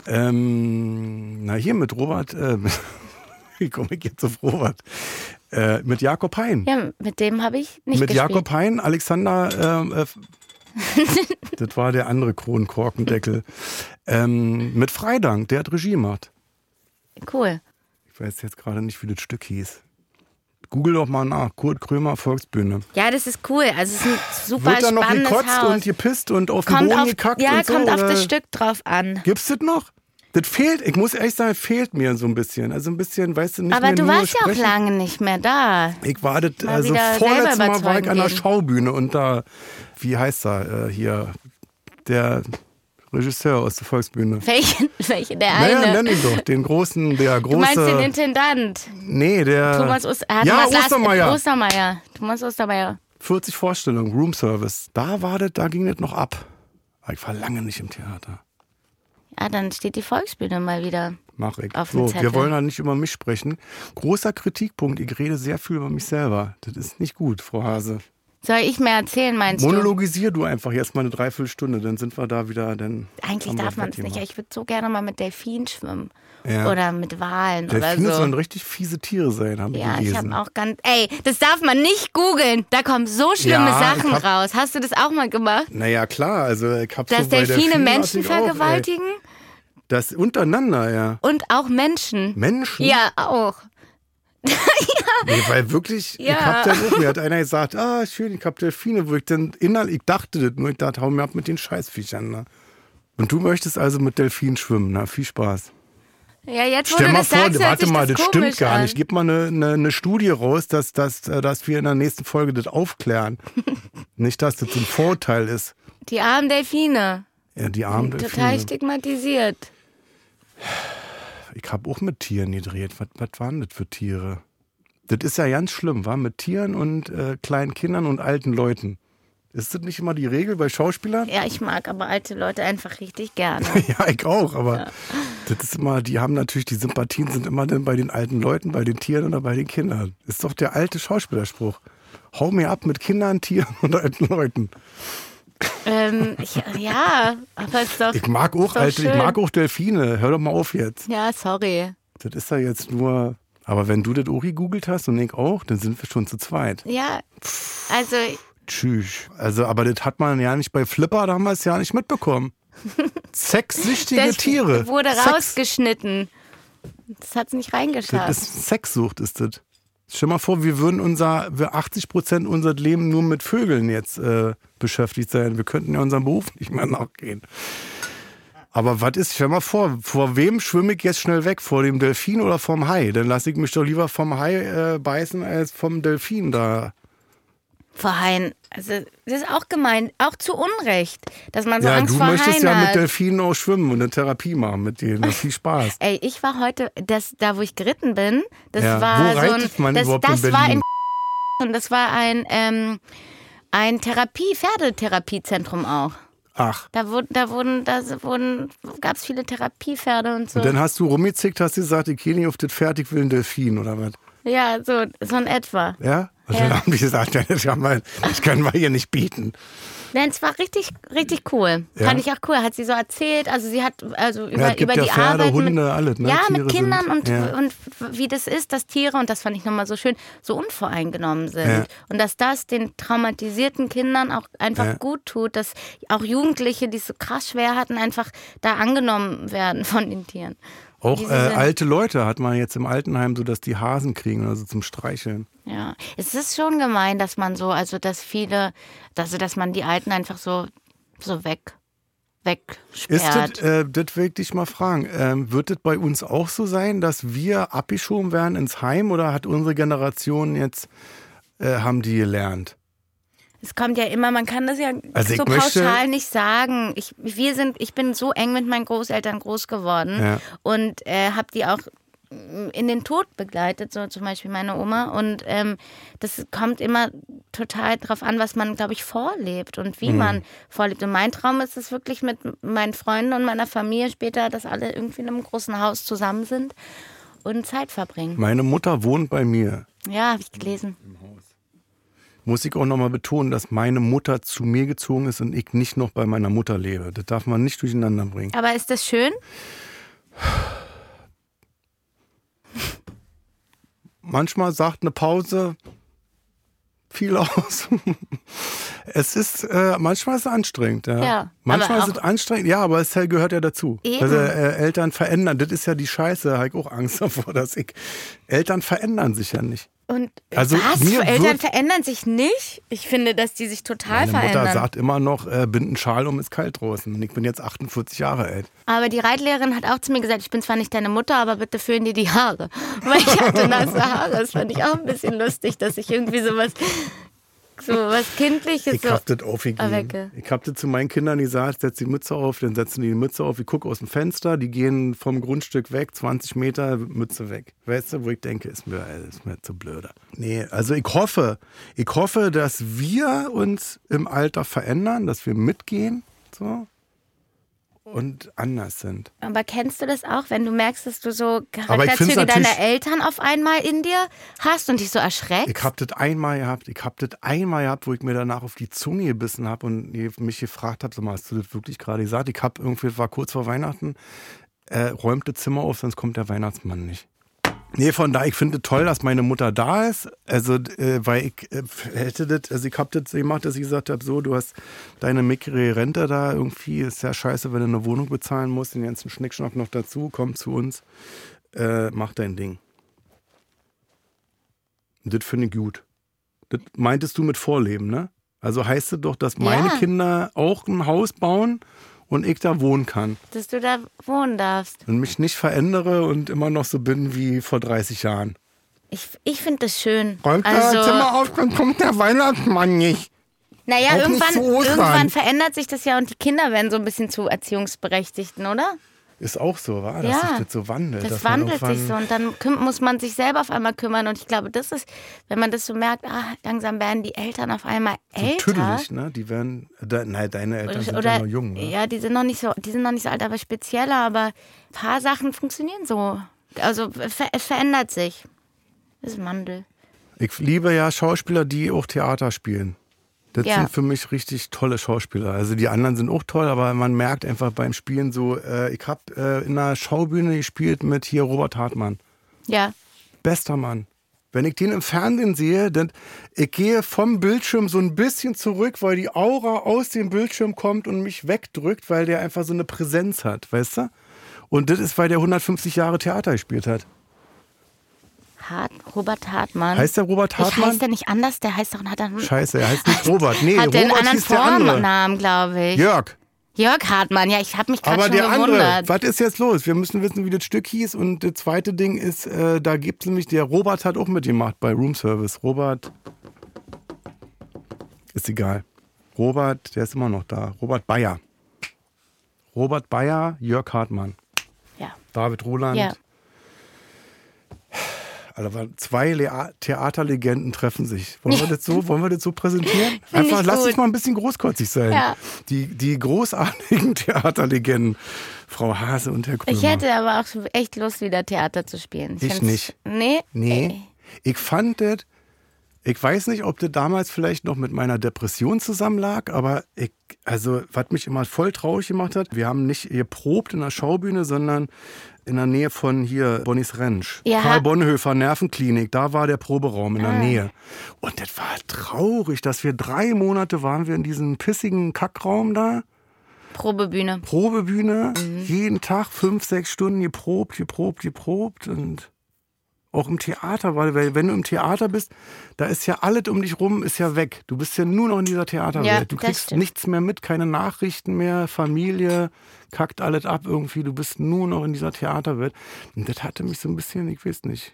B: Ähm, na hier mit Robert, äh, wie komme ich jetzt auf Robert? Äh, mit Jakob Hein.
C: Ja, mit dem habe ich nicht
B: mit
C: gespielt.
B: Jakob Hein, Alexander, ähm, äh, f- das war der andere Kronkorkendeckel. ähm, mit Freidank, der hat Regie gemacht.
C: Cool.
B: Ich weiß jetzt gerade nicht, wie das Stück hieß. Google doch mal nach, Kurt Krömer, Volksbühne.
C: Ja, das ist cool. Also es ist ein super
B: Wird da noch
C: spannendes
B: gekotzt
C: Haus.
B: und gepisst und auf den
C: kommt
B: Boden
C: auf,
B: gekackt
C: ja,
B: und so?
C: kommt auf das
B: oder?
C: Stück drauf an.
B: Gibt's das noch? Das fehlt, ich muss ehrlich sagen, fehlt mir so ein bisschen. Also ein bisschen, weißt du, nicht
C: Aber
B: mehr
C: du
B: nur
C: warst ja auch
B: sprechen.
C: lange nicht mehr da.
B: Ich war das,
C: Mal
B: also
C: wieder
B: vorletztes
C: selber
B: Mal war ich an der
C: überzeugen gehen.
B: Schaubühne und da, wie heißt er äh, hier, der Regisseur aus der Volksbühne.
C: Welchen? welchen der eine?
B: Naja, nenn ihn doch, den großen, der
C: du meinst den
B: große,
C: Intendant?
B: nee, der,
C: Thomas Ost ah,
B: ja,
C: Thomas Lars-
B: Ostermeier,
C: Ostermeier. Thomas Ostermeier.
B: 40 Vorstellungen, Room Service, da war das, da ging das noch ab. Aber Ich war lange nicht im Theater.
C: Ja, dann steht die Volksbühne mal wieder.
B: Mach ich.
C: Auf
B: so,
C: den Zettel.
B: wir wollen ja nicht über mich sprechen. Großer Kritikpunkt, ich rede sehr viel über mich selber. Das ist nicht gut, Frau Hase.
C: Soll ich mehr erzählen, meinst
B: Monologisier du einfach jetzt mal eine Dreiviertelstunde, dann sind wir da wieder. Dann
C: du? Eigentlich
B: haben wir
C: darf man es
B: Thema.
C: nicht. Ich würde so gerne mal mit Delfinen schwimmen.
B: Ja.
C: Oder mit Walen
B: Delfine
C: oder so.
B: sollen richtig fiese Tiere sein, haben wir
C: also Ja, ich
B: gelesen.
C: habe auch ganz. Ey, das darf man nicht googeln. Da kommen so schlimme
B: Ja,
C: Sachen
B: ich hab-
C: raus. Hast du das auch mal gemacht?
B: naja, klar, also ich hab
C: Dass
B: so bei
C: Delfine
B: Delfinen
C: Menschen
B: hatte ich auch, ey.
C: vergewaltigen
B: Das untereinander, ja.
C: und auch Menschen.
B: Menschen?
C: Ja, auch.
B: Nee, weil wirklich, ich
C: Ja.
B: hab dann auch, mir hat einer gesagt, ah, schön, ich hab Delfine, wo ich dann innerlich, ich dachte das nur, ich dachte, hau mir ab mit den Scheißviechern, ne? Und du möchtest also mit Delfinen schwimmen, na, viel Spaß.
C: Ja, jetzt wo
B: Stell
C: du
B: mal
C: das
B: vor,
C: sagst, hört
B: warte
C: sich
B: mal, das,
C: komisch
B: stimmt gar
C: an.
B: nicht. Gib mal eine, eine, eine Studie raus, dass, dass, äh, dass wir in der nächsten Folge das aufklären. nicht, dass das ein Vorteil ist.
C: Die armen Delfine.
B: Ja, die armen
C: Total
B: Delfine.
C: stigmatisiert.
B: Ich habe auch mit Tieren gedreht. Was, was waren das für Tiere? Das ist ja ganz schlimm, war mit Tieren und äh, kleinen Kindern und alten Leuten. Ist das nicht immer die Regel bei Schauspielern?
C: Ja, ich mag aber alte Leute einfach richtig gerne.
B: Ja, ich auch, aber das ist immer, die haben natürlich, die Sympathien sind immer dann bei den alten Leuten, bei den Tieren oder bei den Kindern. Ist doch der alte Schauspielerspruch. Hau mir ab mit Kindern, Tieren und alten Leuten.
C: ähm, ich, ja, aber ist doch.
B: Ich mag auch
C: doch
B: alte, ich
C: schön.
B: mag auch Delfine. Hör doch mal auf jetzt.
C: Ja, sorry.
B: Das ist ja jetzt nur. Aber wenn du das Uri googelt hast und ich auch, dann sind wir schon zu zweit.
C: Ja, also
B: Tschüss. Also, aber das hat man ja nicht bei Flipper, da haben wir es ja nicht mitbekommen. Sexsüchtige
C: das
B: Tiere.
C: wurde
B: Sex.
C: rausgeschnitten. Das hat's nicht reingeschafft.
B: Das ist Sexsucht ist das. Stell mal vor, wir würden unser, wir 80 Prozent unseres Lebens nur mit Vögeln jetzt äh, beschäftigt sein. Wir könnten ja unserem Beruf nicht mehr nachgehen. Aber was ist, stell mal vor, vor wem schwimme ich jetzt schnell weg? Vor dem Delfin oder vom Hai? Dann lasse ich mich doch lieber vom Hai äh, beißen als vom Delfin da.
C: vor Haien. Also, das ist auch gemein, auch zu Unrecht, dass man so
B: ja,
C: Angst
B: du
C: vor
B: möchtest
C: Haien
B: ja mit
C: hat.
B: Delfinen auch schwimmen und eine Therapie machen mit denen. Das viel Spaß.
C: Ey, ich war heute, das, da wo ich geritten bin, das
B: Ja,
C: war
B: wo
C: so ein,
B: reitet man
C: das,
B: überhaupt
C: das
B: in
C: war
B: Berlin?
C: in und das war ein, ähm, ein Therapie, Pferdetherapiezentrum auch.
B: Ach.
C: Da wurden, da wurden, da wurden, gab es viele Therapiepferde und so.
B: Und dann hast du rumgezickt, hast gesagt, ich gehe nicht auf das Pferd, ich will einen Delfin oder was?
C: ja, so, so in etwa.
B: Ja? Und
C: Ja.
B: dann haben die gesagt, ja, das, kann man, das können wir hier nicht bieten.
C: Nein, es war richtig, richtig cool.
B: Ja.
C: Fand ich auch cool. Hat sie so erzählt. Also sie hat also über,
B: es gibt
C: über
B: ja
C: die
B: Pferde,
C: Arbeit.
B: Hunde,
C: mit,
B: alles, ne?
C: Ja,
B: Tiere
C: mit Kindern
B: sind-
C: und,
B: ja.
C: und wie das ist, dass Tiere, und das fand ich nochmal so schön, so unvoreingenommen sind.
B: Ja.
C: Und dass das den traumatisierten Kindern auch einfach
B: Ja.
C: gut tut, dass auch Jugendliche, die es so krass schwer hatten, einfach da angenommen werden von den Tieren.
B: Auch
C: Wie
B: äh,
C: sie sind.
B: alte Leute hat man jetzt im Altenheim so, dass die Hasen kriegen oder so zum Streicheln.
C: Ja, es ist schon gemein, dass man so, also dass viele, also dass man die Alten einfach so, so weg,
B: Ist
C: wegsperrt.
B: das, äh, das will ich dich mal fragen, ähm, wird das bei uns auch so sein, dass wir abgeschoben werden ins Heim oder hat unsere Generation jetzt, äh, haben die gelernt?
C: Es kommt ja immer, man kann das ja
B: Also ich
C: so
B: möchte-
C: pauschal nicht sagen. Ich, wir sind, ich bin so eng mit meinen Großeltern groß geworden
B: Ja.
C: und äh, habe die auch mm, in den Tod begleitet, so zum Beispiel meine Oma. Und ähm, das kommt immer total drauf an, was man, glaube ich, vorlebt und
B: Mhm.
C: wie man vorlebt. Und mein Traum ist es wirklich mit meinen Freunden und meiner Familie später, dass alle irgendwie in einem großen Haus zusammen sind und Zeit verbringen.
B: Meine Mutter wohnt bei mir.
C: Ja, habe ich gelesen.
B: Muss ich auch nochmal betonen, dass meine Mutter zu mir gezogen ist und ich nicht noch bei meiner Mutter lebe. Das darf man nicht durcheinander bringen.
C: Aber ist das schön?
B: Manchmal sagt eine Pause viel aus. Es ist, äh, manchmal ist es anstrengend. Ja.
C: Ja,
B: manchmal
C: aber
B: ist es anstrengend, ja, aber es gehört ja dazu.
C: Eben.
B: Also, äh, Eltern verändern, das ist ja die Scheiße, da habe ich auch Angst davor, dass ich. Eltern verändern sich ja nicht.
C: Und
B: Also
C: was?
B: mir
C: Eltern
B: wird-
C: verändern sich nicht? Ich finde, dass die sich total
B: Meine
C: verändern.
B: Mutter sagt immer noch, äh, bind einen Schal um, ist kalt draußen. Und ich bin jetzt 48 Jahre alt.
C: aber die Reitlehrerin hat auch zu mir gesagt, ich bin zwar nicht deine Mutter, aber bitte föhn dir die Haare. Weil ich hatte nasse Haare. Das fand ich auch ein bisschen lustig, dass ich irgendwie sowas, sowas Kindliches
B: Ich
C: so...
B: hab das aufgegeben.
C: Erwecke.
B: Ich hab das zu meinen Kindern gesagt, setz die Mütze auf, dann setzen die die Mütze auf, ich gucke aus dem Fenster, die gehen vom Grundstück weg, 20 Meter, Mütze weg. Weißt du, wo ich denke, ist mir, ey, ist mir zu blöder. Nee, also ich hoffe, ich hoffe, dass wir uns im Alter verändern, dass wir mitgehen so, und anders sind.
C: Aber kennst du das auch, wenn du merkst, dass du so
B: Aber ich find's
C: Charakterzüge deiner
B: natürlich-
C: Eltern auf einmal in dir hast und dich so erschreckst?
B: Ich hab das einmal gehabt, ich hab das einmal gehabt, wo ich mir danach auf die Zunge gebissen hab und ge- mich gefragt hab, sag mal, hast du das wirklich gerade gesagt? Ich hab irgendwie, war kurz vor Weihnachten, äh, räumt das Zimmer auf, sonst kommt der Weihnachtsmann nicht. Nee, von daher, ich finde toll, dass meine Mutter da ist. Also, d- äh, weil ich äh, hätte das, also ich hab das gemacht, dass ich gesagt hab, so, du hast deine mickere Rente da, irgendwie ist ja scheiße, wenn du eine Wohnung bezahlen musst, den ganzen Schnickschnack noch dazu, komm zu uns, äh, mach dein Ding. Und Das finde ich gut. Das meintest du mit Vorleben, ne? Also heißt es doch, dass meine
C: Ja.
B: Kinder auch ein Haus bauen und ich da wohnen kann.
C: Dass du da wohnen darfst.
B: Und mich nicht verändere und immer noch so bin wie vor 30 Jahren.
C: Ich, ich finde das schön.
B: Räumt
C: also,
B: das Zimmer auf, dann kommt der Weihnachtsmann nicht. Auch
C: Naja,
B: nicht
C: irgendwann,
B: zu Ostern.
C: irgendwann verändert sich das ja und die Kinder werden so ein bisschen zu Erziehungsberechtigten, oder?
B: Ist auch so, war, dass
C: ja.
B: sich das so wandelt.
C: Das
B: dass man
C: wandelt sich
B: irgendwann-
C: so und dann küm- muss man sich selber auf einmal kümmern. Und ich glaube, das ist, wenn man das so merkt, ah, langsam werden die Eltern auf einmal
B: Die
C: älter.
B: tüdelig, ne? Die werden, de, nein, deine Eltern sind
C: oder,
B: ja noch jung, ne?
C: ja, die sind noch nicht so, die sind noch nicht so alt, aber spezieller, aber ein paar Sachen funktionieren so. Also ver es verändert sich. Das ist Mandel.
B: Ich liebe ja Schauspieler, die auch Theater spielen. Das
C: Ja.
B: sind für mich richtig tolle Schauspieler. Also die anderen sind auch toll, aber man merkt einfach beim Spielen so, äh, ich habe äh, in einer Schaubühne gespielt mit hier Robert Hartmann.
C: Ja.
B: Bester Mann. Wenn ich den im Fernsehen sehe, dann ich gehe vom Bildschirm so ein bisschen zurück, weil die Aura aus dem Bildschirm kommt und mich wegdrückt, weil der einfach so eine Präsenz hat, weißt du? Und das ist, weil der 150 Jahre Theater gespielt hat.
C: Hart, Robert Hartmann.
B: Heißt der Robert
C: Ich heißt
B: Hartmann?
C: der nicht anders, der heißt doch hat er-
B: Scheiße, er heißt nicht Robert. Nee,
C: hat der einen
B: Robert
C: anderen
B: hieß der andere.
C: Vornamen, glaube ich.
B: Jörg.
C: Jörg Hartmann, ja, ich habe mich gerade
B: Aber
C: schon
B: der andere,
C: gewundert.
B: was ist jetzt los? Wir müssen wissen, wie das Stück hieß. Und das zweite Ding ist, äh, da gibt es nämlich, der Robert hat auch mitgemacht bei Room Service. Robert. Ist egal. Robert, der ist immer noch da. Robert Bayer. Robert Bayer, Jörg Hartmann,
C: Ja.
B: David Roland.
C: Ja.
B: Also war- zwei Lea Theaterlegenden treffen sich. Wollen wir das so, wollen wir das so präsentieren?
C: Find ich
B: Einfach lass
C: gut.
B: uns mal ein bisschen großkotzig sein.
C: Ja.
B: Die, die großartigen Theaterlegenden, Frau Hase und Herr Krömer.
C: Ich hätte aber auch echt Lust, wieder Theater zu spielen.
B: Genau. Ich
C: find's-
B: nicht.
C: Nee?
B: Nee. Ich fand das, Ich weiß nicht, ob das damals vielleicht noch mit meiner Depression zusammenlag, aber ich, also, was mich immer voll traurig gemacht hat, wir haben nicht geprobt in der Schaubühne, sondern in der Nähe von hier, Bonnies Ranch.
C: Ja.
B: Karl Bonhoeffer, Nervenklinik, da war der Proberaum in der Nähe. Und das war traurig, dass wir drei Monate waren wir in diesem pissigen Kackraum da.
C: Probebühne.
B: Probebühne,
C: Mhm.
B: jeden Tag fünf, sechs Stunden geprobt, geprobt, geprobt und auch im Theater, weil, weil wenn du im Theater bist, da ist ja alles um dich rum, ist ja weg. Du bist ja nur noch in dieser Theaterwelt.
C: Ja,
B: du
C: das
B: kriegst
C: stimmt.
B: nichts mehr mit, keine Nachrichten mehr, Familie kackt alles ab irgendwie. Du bist nur noch in dieser Theaterwelt. Und das hatte mich so ein bisschen, ich weiß nicht.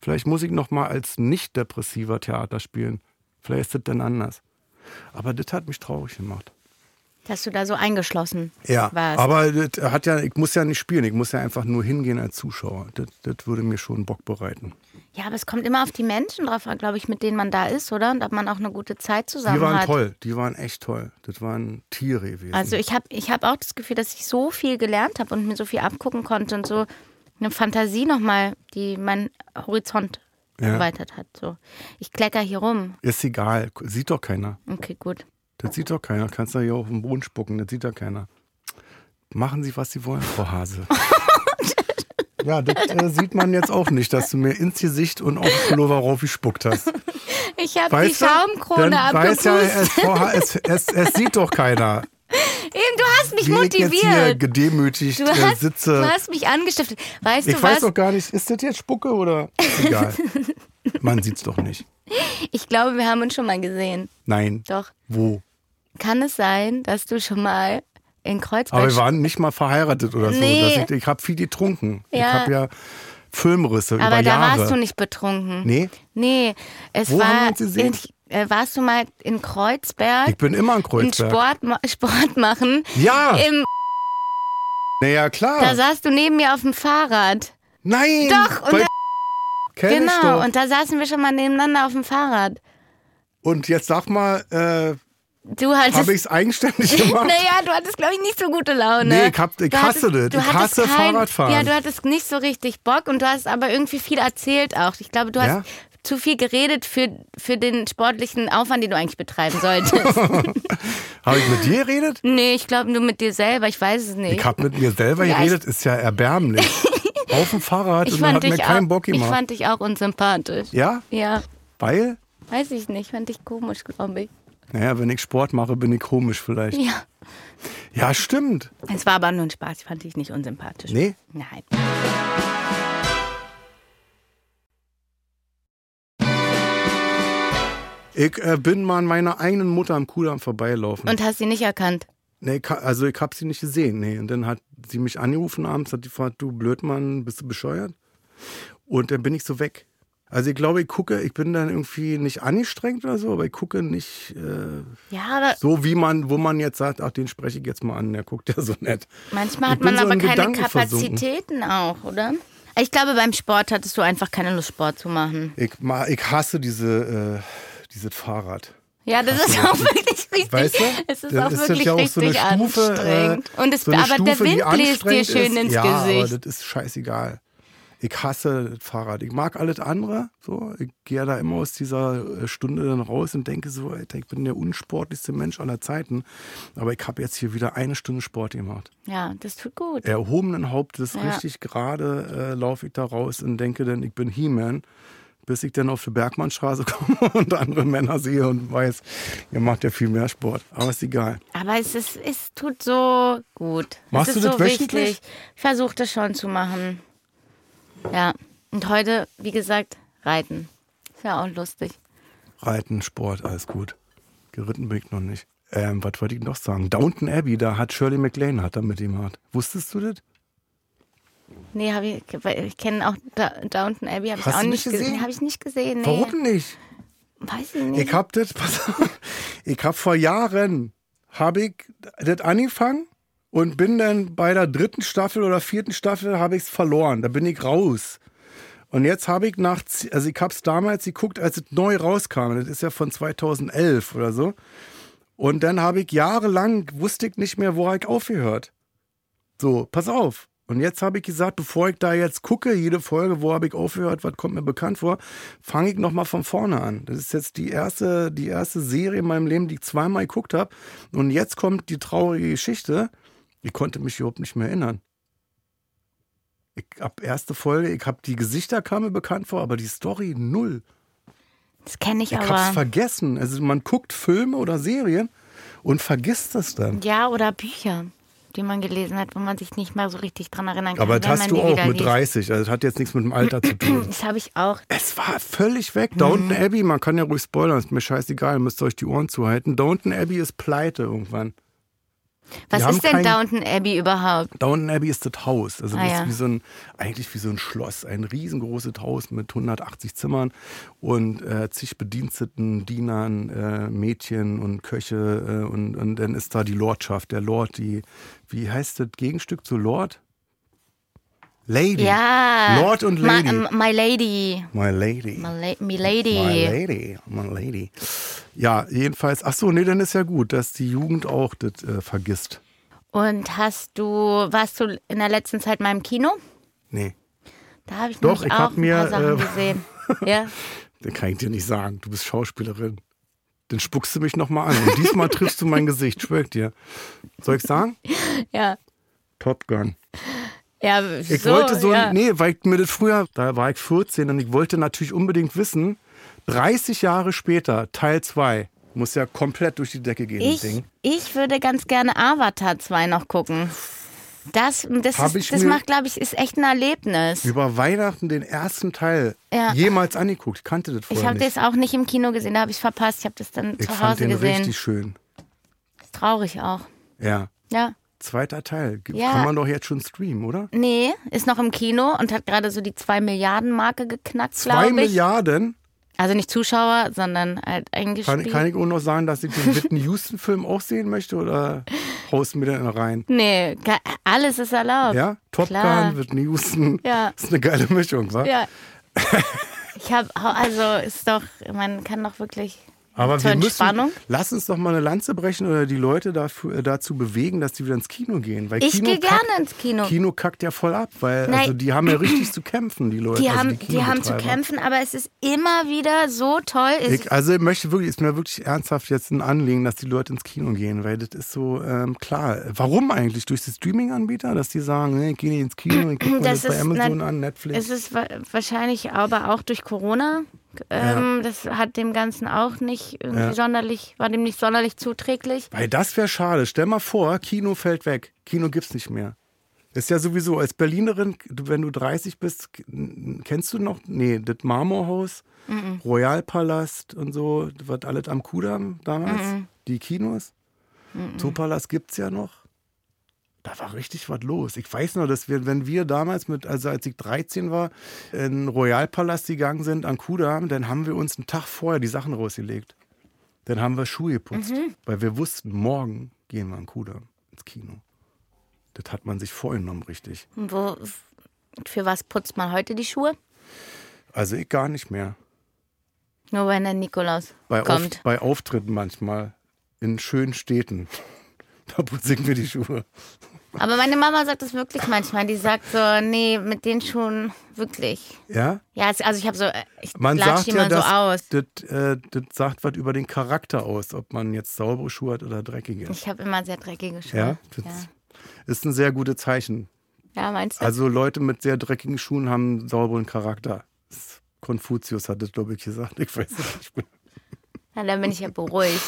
B: Vielleicht muss ich noch mal als nicht depressiver Theater spielen. Vielleicht ist das dann anders. Aber das hat mich traurig gemacht.
C: Dass du da so eingeschlossen
B: Ja,
C: warst.
B: aber das hat ja, ich muss ja nicht spielen, ich muss ja einfach nur hingehen als Zuschauer. Das, das würde mir schon Bock bereiten.
C: ja, aber es kommt immer auf die Menschen drauf an, glaube ich, mit denen man da ist, oder? Und ob man auch eine gute Zeit zusammen
B: Die waren
C: hat.
B: toll, die waren echt toll. Das waren Tiere gewesen.
C: Also ich habe ich hab auch das Gefühl, dass ich so viel gelernt habe und mir so viel abgucken konnte und so eine Fantasie nochmal, die meinen Horizont
B: Ja.
C: erweitert hat. So. Ich klecker hier rum.
B: ist egal, sieht doch keiner.
C: Okay, gut.
B: Das sieht doch keiner. Kannst du hier auf den Boden spucken, das sieht doch keiner. Machen Sie, was Sie wollen, Frau Hase. Ja, das äh, sieht man jetzt auch nicht, dass du mir ins Gesicht und auf den Pullover raufgespuckt hast.
C: Ich habe die
B: Weißt du?
C: Schaumkrone
B: Dann weiß ja,
C: abgepustet.
B: es, Frau Ha- es, es, es sieht doch keiner.
C: Eben, du hast mich
B: Wie ich jetzt hier
C: motiviert.
B: gedemütigt
C: Du
B: äh,
C: hast,
B: sitze.
C: du hast mich angestiftet. Weißt
B: Ich
C: du
B: weiß
C: was?
B: doch gar nicht, ist das jetzt Spucke oder? Egal. Man sieht's doch nicht.
C: Ich glaube, wir haben uns schon mal gesehen.
B: Nein.
C: Doch.
B: Wo?
C: Kann es sein, dass du schon mal in Kreuzberg...
B: Aber wir waren nicht mal verheiratet oder so.
C: Nee.
B: Das- ich ich habe viel getrunken.
C: Ja.
B: Ich habe ja Filmrisse
C: aber
B: über
C: da
B: Jahre.
C: warst du nicht betrunken.
B: nee,
C: Nee, es
B: Wo
C: war.
B: haben wir uns gesehen?
C: In, äh, warst du mal in Kreuzberg?
B: ich bin immer in Kreuzberg. Ah,
C: In Sport, ma- Sport machen.
B: Ja,
C: Im,
B: naja,
C: da
B: klar.
C: saßt du neben mir auf dem Fahrrad.
B: Nein.
C: Doch, und
B: bei
C: da-
B: kenn ich
C: genau,
B: doch.
C: und da saßen wir schon mal nebeneinander auf dem Fahrrad.
B: Und jetzt sag mal, äh,
C: Du
B: habe
C: hattest.
B: ich's eigenständig gemacht?
C: Naja, du hattest, glaube ich, nicht so gute Laune.
B: Nee, ich hab- ich
C: Du
B: hasse das.
C: du
B: Ich
C: hattest
B: hasse Fahrradfahren.
C: Ja, du hattest nicht so richtig Bock und du hast aber irgendwie viel erzählt auch. Ich glaube, du hast
B: Ja?
C: zu viel geredet für, für den sportlichen Aufwand, den du eigentlich betreiben solltest.
B: Habe ich mit dir geredet?
C: nee, ich glaube nur mit dir selber, ich weiß es nicht.
B: Ich habe mit mir selber
C: Ja, ich-
B: geredet, ist ja erbärmlich. Auf dem Fahrrad
C: Ich
B: und dann
C: fand,
B: hat mir
C: dich
B: keinen
C: auch,
B: Bock
C: ich
B: gemacht.
C: fand dich auch unsympathisch.
B: ja,
C: Ja,
B: weil,
C: weiß ich nicht. Fand dich komisch, glaube ich.
B: naja, wenn ich Sport mache, bin ich komisch vielleicht.
C: Ja.
B: Ja, stimmt.
C: Es war aber nur ein Spaß. Ich fand dich nicht unsympathisch.
B: Nee.
C: Nein.
B: Ich äh, bin mal an meiner eigenen Mutter am Kudamm vorbeilaufen.
C: Und hast sie nicht erkannt.
B: nee, ka- also ich habe sie nicht gesehen. Nee. Und dann hat sie mich angerufen abends, hat die gefragt, du Blödmann, bist du bescheuert? Und dann bin ich so weg. Also ich glaube, ich gucke, ich bin dann irgendwie nicht angestrengt oder so, aber ich gucke nicht äh,
C: Ja, aber
B: so, wie man, wo man jetzt sagt, ach, den spreche ich jetzt mal an, der guckt ja so nett.
C: manchmal
B: Ich
C: hat
B: bin
C: man
B: so
C: aber
B: in
C: keine
B: Gedanken
C: Kapazitäten auch, oder? Ich glaube, beim Sport hattest du einfach keine Lust, Sport zu machen.
B: Ich, ma- ich hasse diese, äh, dieses Fahrrad.
C: Ja, das ist auch wirklich richtig.
B: Weißt du?
C: Es ist
B: Dann
C: auch wirklich
B: ja auch so eine
C: richtig
B: Stufe,
C: anstrengend.
B: Äh,
C: Und es,
B: so eine
C: aber der
B: Stufe, die
C: Wind bläst dir
B: anstrengend
C: schön
B: ist.
C: ins
B: ja,
C: Gesicht.
B: Aber das ist scheißegal. Ich hasse das Fahrrad. Ich mag alles andere. So, ich gehe da immer aus dieser äh, Stunde dann raus und denke so, Alter, ich bin der unsportlichste Mensch aller Zeiten. Aber ich habe jetzt hier wieder eine Stunde Sport gemacht.
C: Ja, das tut gut.
B: Erhobenen Hauptes,
C: Ja.
B: richtig gerade äh, laufe ich da raus und denke dann, ich bin He-Man. Bis ich dann auf die Bergmannstraße komme und andere Männer sehe und weiß, ihr macht ja viel mehr Sport. Aber ist egal.
C: Aber es, ist, es tut so gut.
B: Machst
C: es
B: du
C: ist
B: das
C: so
B: wöchentlich?
C: Wichtig. Ich versuche das schon zu machen. Ja. Und heute, wie gesagt, reiten. Ist ja auch lustig.
B: Reiten, Sport, alles gut. Geritten bin ich noch nicht. Ähm, was wollte ich noch sagen? Downton Abbey, da hat Shirley MacLaine hat da mit ihm hat. Wusstest du das?
C: Nee, hab ich, weil ich kenne auch Da- Downton Abbey. Hab ich
B: Hast
C: auch
B: du
C: nicht
B: nicht
C: gesehen?
B: gesehen?
C: Habe ich nicht gesehen. Nee.
B: Warum nicht?
C: Weiß ich nicht.
B: Ich hab das, pass auf, ich hab vor Jahren, habe ich das angefangen und bin dann bei der dritten Staffel oder vierten Staffel habe ich es verloren. Da bin ich raus. Und jetzt habe ich nach, z- also ich habe es damals geguckt, als es neu rauskam. Das ist ja von 2011 oder so. Und dann habe ich jahrelang, wusste ich nicht mehr, wo ich aufgehört. So, pass auf. Und jetzt habe ich gesagt, bevor ich da jetzt gucke, jede Folge, wo habe ich aufgehört, was kommt mir bekannt vor, fange ich nochmal von vorne an. Das ist jetzt die erste, die erste Serie in meinem Leben, die ich zweimal geguckt habe. Und jetzt kommt die traurige Geschichte. Ich konnte mich überhaupt nicht mehr erinnern. Ich habe erste Folge, ich habe die Gesichter kam mir bekannt vor, aber die Story null.
C: Das kenne ich,
B: Ich hab's
C: aber.
B: vergessen. Also man guckt Filme oder Serien und vergisst das dann.
C: Ja, oder Bücher, die man gelesen hat, wo man sich nicht mal so richtig dran erinnern kann.
B: Aber das
C: wenn man
B: hast du
C: die
B: auch
C: wieder
B: mit
C: liest.
B: 30. Also das hat jetzt nichts mit dem Alter zu tun.
C: Das habe ich auch.
B: Es war völlig weg. Downton Abbey, man kann ja ruhig spoilern, ist mir scheißegal, müsst ihr euch die Ohren zuhalten. Downton Abbey ist pleite irgendwann.
C: Was
B: haben
C: ist denn
B: kein-
C: Downton Abbey überhaupt?
B: Downton Abbey ist das Haus. Also
C: Ah,
B: das ist
C: ja.
B: wie so ein, eigentlich wie so ein Schloss. Ein riesengroßes Haus mit 180 Zimmern und äh, zig Bediensteten, Dienern, äh, Mädchen und Köche. Äh, und, und dann ist da die Lordschaft, der Lord, die, wie heißt das Gegenstück zu Lord? Lady.
C: Ja.
B: Lord und
C: Ma-
B: Lady.
C: ähm, My Lady.
B: My Lady.
C: My, la my Lady.
B: My lady, my lady. Ja, jedenfalls. Ach so, nee, dann ist ja gut, dass die Jugend auch das äh, vergisst.
C: Und hast du, warst du in der letzten Zeit mal im Kino?
B: Nee,
C: Da habe ich
B: Doch,
C: nämlich
B: ich
C: auch
B: hab mir,
C: ein paar Sachen
B: äh,
C: gesehen. Ja.
B: dann kann ich dir nicht sagen. Du bist Schauspielerin. Dann spuckst du mich nochmal an. Und diesmal triffst du mein Gesicht, schwör ich dir. Soll ich sagen?
C: Ja.
B: Top Gun.
C: Ja,
B: Ich
C: so,
B: wollte so,
C: ja.
B: nee, weil ich mir das früher, da war ich 14 und ich wollte natürlich unbedingt wissen, 30 Jahre später, Teil 2, muss ja komplett durch die Decke gehen, das
C: ich,
B: Ding.
C: ich würde ganz gerne Avatar 2 noch gucken. Das, das,
B: Hab
C: ist,
B: ich
C: das
B: mir-
C: macht, glaube ich, ist echt ein Erlebnis.
B: Über Weihnachten den ersten Teil
C: Ja.
B: jemals angeguckt. Ich kannte das vorher
C: Ich habe
B: nicht.
C: das auch nicht im Kino gesehen, da habe ich verpasst. Ich habe das dann
B: Ich
C: zu
B: fand
C: Hause
B: den
C: gesehen.
B: richtig schön.
C: Ist traurig auch.
B: Ja.
C: Ja.
B: Zweiter Teil. G-
C: Ja.
B: Kann man doch jetzt schon streamen, oder?
C: Nee, ist noch im Kino und hat gerade so die 2 Milliarden Marke geknackt,
B: Zwei
C: glaube ich.
B: Milliarden.
C: Also nicht Zuschauer, sondern halt
B: Kann,
C: eingespielt.
B: kann ich auch noch sagen, dass ich den Whitney Houston-Film auch sehen möchte oder haust mir dann rein?
C: Nee, ka- alles ist erlaubt.
B: Ja? Top
C: Klar.
B: Gun, Whitney Houston.
C: Ja.
B: Ist eine geile Mischung, wa?
C: Ja. Ich habe, also ist doch, man kann doch wirklich
B: Aber
C: zur
B: wir müssen,
C: Entspannung.
B: lass uns doch mal eine Lanze brechen oder die Leute dafür, äh, dazu bewegen, dass die wieder ins Kino gehen. Weil
C: Ich
B: Kino
C: gehe
B: kackt-
C: gerne ins Kino.
B: Kino kackt ja voll ab, weil
C: Nein.
B: also die haben ja richtig zu kämpfen, die Leute.
C: Die,
B: also
C: haben, die haben zu
B: Kinobetreiber.
C: kämpfen, aber es ist immer wieder so toll. Es
B: Ich, also ich möchte wirklich, ist mir wirklich ernsthaft jetzt ein Anliegen, dass die Leute ins Kino gehen, weil das ist so ähm, klar. Warum eigentlich? Durch die Streaming-Anbieter, dass die sagen, nee, ich gehe nicht ins Kino, ich gucke mir das,
C: Das
B: bei
C: ist
B: Amazon
C: nat-
B: an, Netflix.
C: Es ist wa- wahrscheinlich aber auch durch Corona. Ähm, Das hat dem Ganzen auch nicht irgendwie
B: Ja.
C: sonderlich, war dem nicht sonderlich zuträglich.
B: weil das wäre schade. Stell mal vor, Kino fällt weg. Kino gibt's nicht mehr. Ist ja sowieso, als Berlinerin, du- wenn du 30 bist, k- n- kennst du noch, nee, das Marmorhaus, Royalpalast und so, das war alles am Kudamm damals, die Kinos. Zoopalast gibt's ja noch. Da war richtig was los. Ich weiß noch, dass wir, wenn wir damals mit, also als ich 13 war, in den Royalpalast gegangen sind an Kudamm, dann haben wir uns einen Tag vorher die Sachen rausgelegt. Dann haben wir Schuhe geputzt,
C: Mhm.
B: weil wir wussten, morgen gehen wir an Kudamm ins Kino. Das hat man sich vorgenommen, richtig.
C: Und Wo, für was putzt man heute die Schuhe?
B: Also ich gar nicht mehr.
C: Nur wenn der Nikolaus
B: Bei, auf,
C: kommt.
B: bei Auftritten manchmal in schönen Städten. Da putzen wir die Schuhe.
C: Aber meine Mama sagt das wirklich manchmal. Die sagt so, nee, mit den Schuhen wirklich.
B: Ja?
C: Ja, es- also ich habe so, äh, ich
B: Man
C: latsch
B: sagt
C: die
B: ja,
C: mal so aus.
B: dass, das, äh, das sagt was über den Charakter aus, ob man jetzt saubere Schuhe hat oder dreckige.
C: Ich habe immer sehr dreckige Schuhe.
B: Ja, das
C: ja.
B: ist ein sehr gutes Zeichen.
C: ja meinst du?
B: Also Leute mit sehr dreckigen Schuhen haben einen sauberen Charakter. Das- Konfuzius hat das, glaube ich, gesagt. Ich weiß es nicht.
C: Na, dann bin ich ja beruhigt.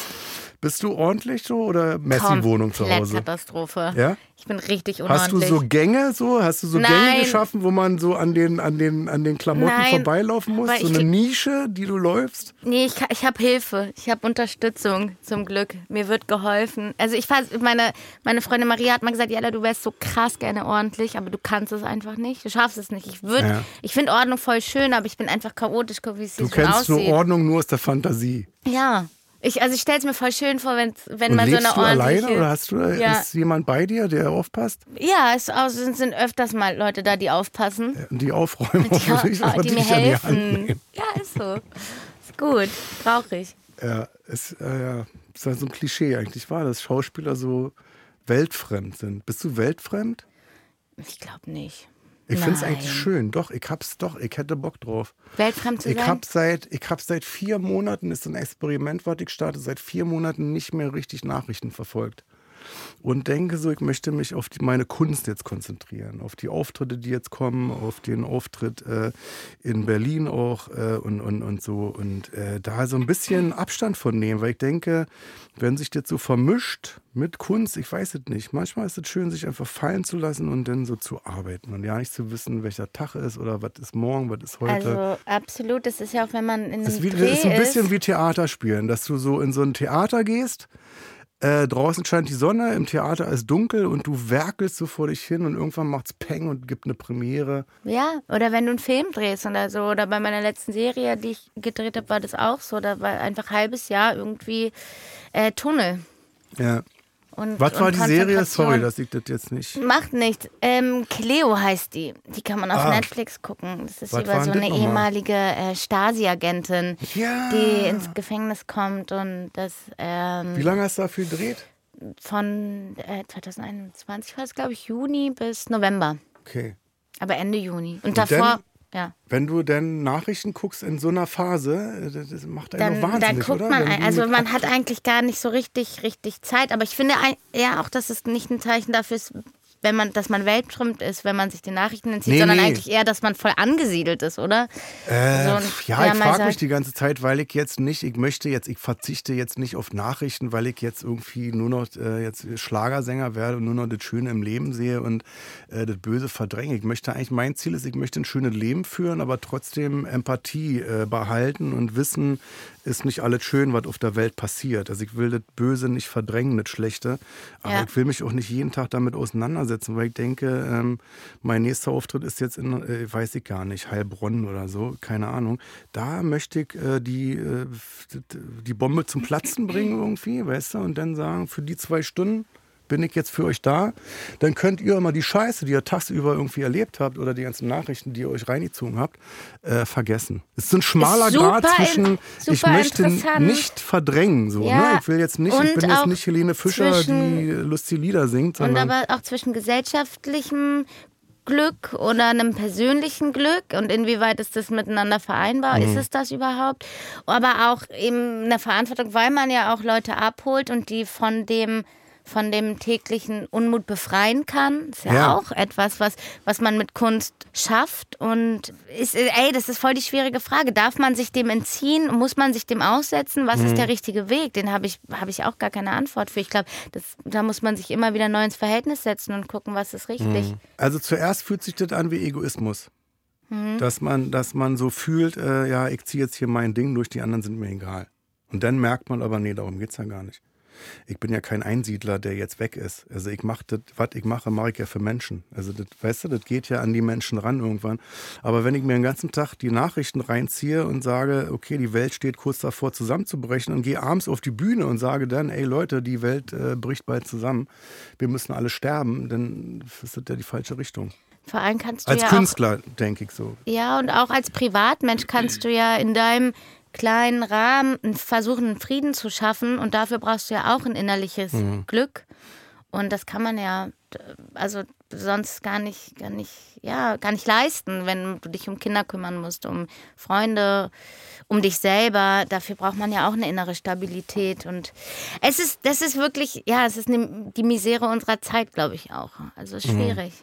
B: Bist du ordentlich so oder Messi-Wohnung zu
C: Komplett
B: Hause?
C: Katastrophe.
B: Ja?
C: Ich bin richtig unordentlich.
B: Hast du so Gänge so? Hast du so Gänge
C: Nein.
B: geschaffen, wo man so an den, an den, an den Klamotten
C: Nein,
B: vorbeilaufen muss?
C: aber
B: So
C: ich-
B: eine Nische, die du läufst?
C: Nee, ich, ich habe Hilfe. Ich habe Unterstützung, zum Glück. Mir wird geholfen. Also ich weiß, meine, meine Freundin Maria hat mal gesagt, Jella, du wärst so krass gerne ordentlich, aber du kannst es einfach nicht. Du schaffst es nicht. Ich würde,
B: Ja.
C: ich finde Ordnung voll schön, aber ich bin einfach chaotisch, guck, wie es
B: Du
C: so
B: kennst nur
C: aussieht.
B: Ordnung nur aus der Fantasie.
C: ja. Ich, also ich stelle es mir voll schön vor, wenn's, wenn
B: Und
C: man so
B: lebst
C: eine
B: du
C: ordentliche...
B: alleine oder hast du,
C: Ja.
B: ist jemand bei dir, der aufpasst?
C: ja, es au- sind, sind öfters mal Leute da, die aufpassen.
B: Die aufräumen
C: Ja,
B: hoffentlich, aber
C: die mir
B: dich an die Hand nehmen.
C: helfen. Ja, ist so. Ist gut. Brauche ich.
B: Ja, es äh, ja, ist halt so ein Klischee eigentlich wahr, dass Schauspieler so weltfremd sind. Bist du weltfremd?
C: Ich glaube nicht.
B: Ich finde es
C: Nein.
B: eigentlich schön. Doch, ich hab's doch, ich hätte Bock drauf.
C: Weltfremd zu
B: Ich
C: sein?
B: habe seit, ich hab seit vier Monaten, ist ein Experiment, was ich starte, seit vier Monaten nicht mehr richtig Nachrichten verfolgt. Und denke so, ich möchte mich auf die, meine Kunst jetzt konzentrieren, auf die Auftritte, die jetzt kommen, auf den Auftritt äh, in Berlin auch äh, und, und, und so. Und äh, da so ein bisschen Abstand von nehmen, weil ich denke, wenn sich das so vermischt mit Kunst, ich weiß es nicht, manchmal ist es schön, sich einfach fallen zu lassen und dann so zu arbeiten und ja nicht zu wissen, welcher Tag ist oder was ist morgen, was ist heute.
C: Also absolut, das ist ja auch, wenn man in einem
B: Das ist, wie,
C: Dreh
B: das ist ein bisschen
C: ist.
B: wie Theaterspielen, dass du so in so ein Theater gehst. Äh, draußen scheint die Sonne, im Theater ist dunkel und du werkelst so vor dich hin und irgendwann macht's Peng und gibt eine Premiere.
C: Ja, oder wenn du einen Film drehst oder so. Oder bei meiner letzten Serie, die ich gedreht habe, war das auch so. Da war einfach halbes Jahr irgendwie äh, Tunnel.
B: Ja.
C: Und,
B: Was
C: und
B: war die Serie?
C: Konzentration.
B: Sorry, das liegt das jetzt nicht.
C: Macht nichts. Ähm, Cleo heißt die. Die kann man auf
B: Ah.
C: Netflix gucken. Das ist
B: Was war
C: über so
B: denn
C: eine
B: das nochmal?
C: ehemalige äh, Stasi-Agentin,
B: Ja.
C: die ins Gefängnis kommt und das
B: Ah. Wie
C: ähm,
B: lange hast du dafür gedreht?
C: von äh, 2021 war es, glaube ich, Juni bis November.
B: Okay.
C: Aber Ende Juni. Und
B: dann-
C: davor, ja.
B: Wenn du denn Nachrichten guckst in so einer Phase, äh, das das macht einen
C: Dann,
B: doch wahnsinnig,
C: dann guckt
B: oder?
C: man,
B: Wenn
C: ein-
B: du
C: also
B: mit
C: man hat eigentlich gar nicht so richtig, richtig Zeit. Aber ich finde ein- ja auch, dass es nicht ein Zeichen dafür ist, wenn man, dass man weltfremd ist, wenn man sich den Nachrichten entzieht,
B: Nee,
C: sondern
B: nee.
C: eigentlich eher, dass man voll angesiedelt ist, oder? So
B: Äh,
C: ein-
B: ja,
C: ja,
B: ich
C: mal
B: frage
C: sagt-
B: mich die ganze Zeit, weil ich jetzt nicht, ich möchte jetzt, ich verzichte jetzt nicht auf Nachrichten, weil ich jetzt irgendwie nur noch äh, jetzt Schlagersänger werde und nur noch das Schöne im Leben sehe und äh, das Böse verdränge. Ich möchte eigentlich, mein Ziel ist, ich möchte ein schönes Leben führen, aber trotzdem Empathie äh, behalten und wissen, ist nicht alles schön, was auf der Welt passiert. Also ich will das Böse nicht verdrängen, das Schlechte, aber
C: Ja.
B: ich will mich auch nicht jeden Tag damit auseinandersetzen, weil ich denke, ähm, mein nächster Auftritt ist jetzt in, äh, weiß ich gar nicht, Heilbronn oder so, keine Ahnung. Da möchte ich äh, die, äh, f- die Bombe zum Platzen bringen irgendwie, weißt du, und dann sagen, für die zwei Stunden bin ich jetzt für euch da, dann könnt ihr immer die Scheiße, die ihr tagsüber irgendwie erlebt habt oder die ganzen Nachrichten, die ihr euch reingezogen habt, äh, vergessen. Es ist so ein schmaler
C: Ist super
B: Grad zwischen,
C: in-
B: ich
C: super
B: möchte
C: interessant.
B: nicht verdrängen, so,
C: Ja,
B: ne? Ich will jetzt nicht, ich
C: und
B: bin jetzt
C: auch
B: nicht Helene Fischer,
C: zwischen-
B: die lustige Lieder singt,
C: Und
B: sondern
C: aber auch zwischen gesellschaftlichem Glück oder einem persönlichen Glück und inwieweit ist das miteinander vereinbar? Ist es das überhaupt? Aber auch eben eine Verantwortung, weil man ja auch Leute abholt und die von dem von dem täglichen Unmut befreien kann. Ist ja,
B: Ja.
C: auch etwas, was, was man mit Kunst schafft. Und ist, ey, das ist voll die schwierige Frage. Darf man sich dem entziehen? Muss man sich dem aussetzen? Was ist der richtige Weg? Den habe ich, habe ich auch gar keine Antwort für. Ich glaube, das- da muss man sich immer wieder neu ins Verhältnis setzen und gucken, was ist richtig.
B: Also zuerst fühlt sich das an wie Egoismus.
C: Mhm.
B: Dass, man, dass man so fühlt, äh, ja, ich ziehe jetzt hier mein Ding durch, die anderen sind mir egal. Und dann merkt man aber, nee, darum geht's ja gar nicht. Ich bin ja kein Einsiedler, der jetzt weg ist. Also ich mache das, was ich mache, mache ich ja für Menschen. Also das, weißt du, das geht ja an die Menschen ran irgendwann. Aber wenn ich mir den ganzen Tag die Nachrichten reinziehe und sage, okay, die Welt steht kurz davor zusammenzubrechen und gehe abends auf die Bühne und sage dann, ey Leute, die Welt äh, bricht bald zusammen, wir müssen alle sterben, dann ist das ja die falsche Richtung.
C: Vor allem kannst du
B: Als
C: ja auch
B: Künstler, denke ich so.
C: Ja, und auch als Privatmensch kannst du ja in deinem kleinen Rahmen versuchen, einen Frieden zu schaffen. Und dafür brauchst du ja auch ein innerliches Glück. Und das kann man ja, d- also sonst gar nicht, gar nicht, ja, gar nicht leisten, wenn du dich um Kinder kümmern musst, um Freunde, um dich selber. Dafür braucht man ja auch eine innere Stabilität. Und es ist, das ist wirklich, ja, es ist eine, die Misere unserer Zeit, glaube ich auch. Also es ist schwierig.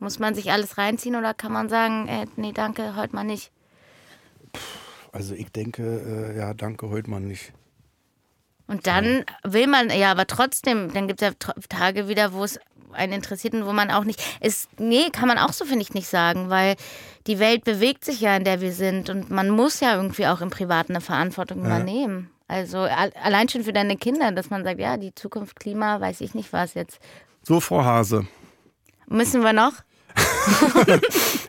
C: Muss man sich alles reinziehen oder kann man sagen, äh, nee, danke, heute mal nicht?
B: Also ich denke, äh, ja, danke, heute mal nicht.
C: Und dann will man, ja, aber trotzdem, dann gibt es ja tro- Tage wieder, wo es einen interessiert und wo man auch nicht. Ist, nee, kann man auch so, finde ich, nicht sagen, weil die Welt bewegt sich ja, in der wir sind. Und man muss ja irgendwie auch im Privaten eine Verantwortung übernehmen. Also al- allein schon für deine Kinder, dass man sagt, ja, die Zukunft Klima, weiß ich nicht was jetzt.
B: So, Frau Hase,
C: Müssen wir noch?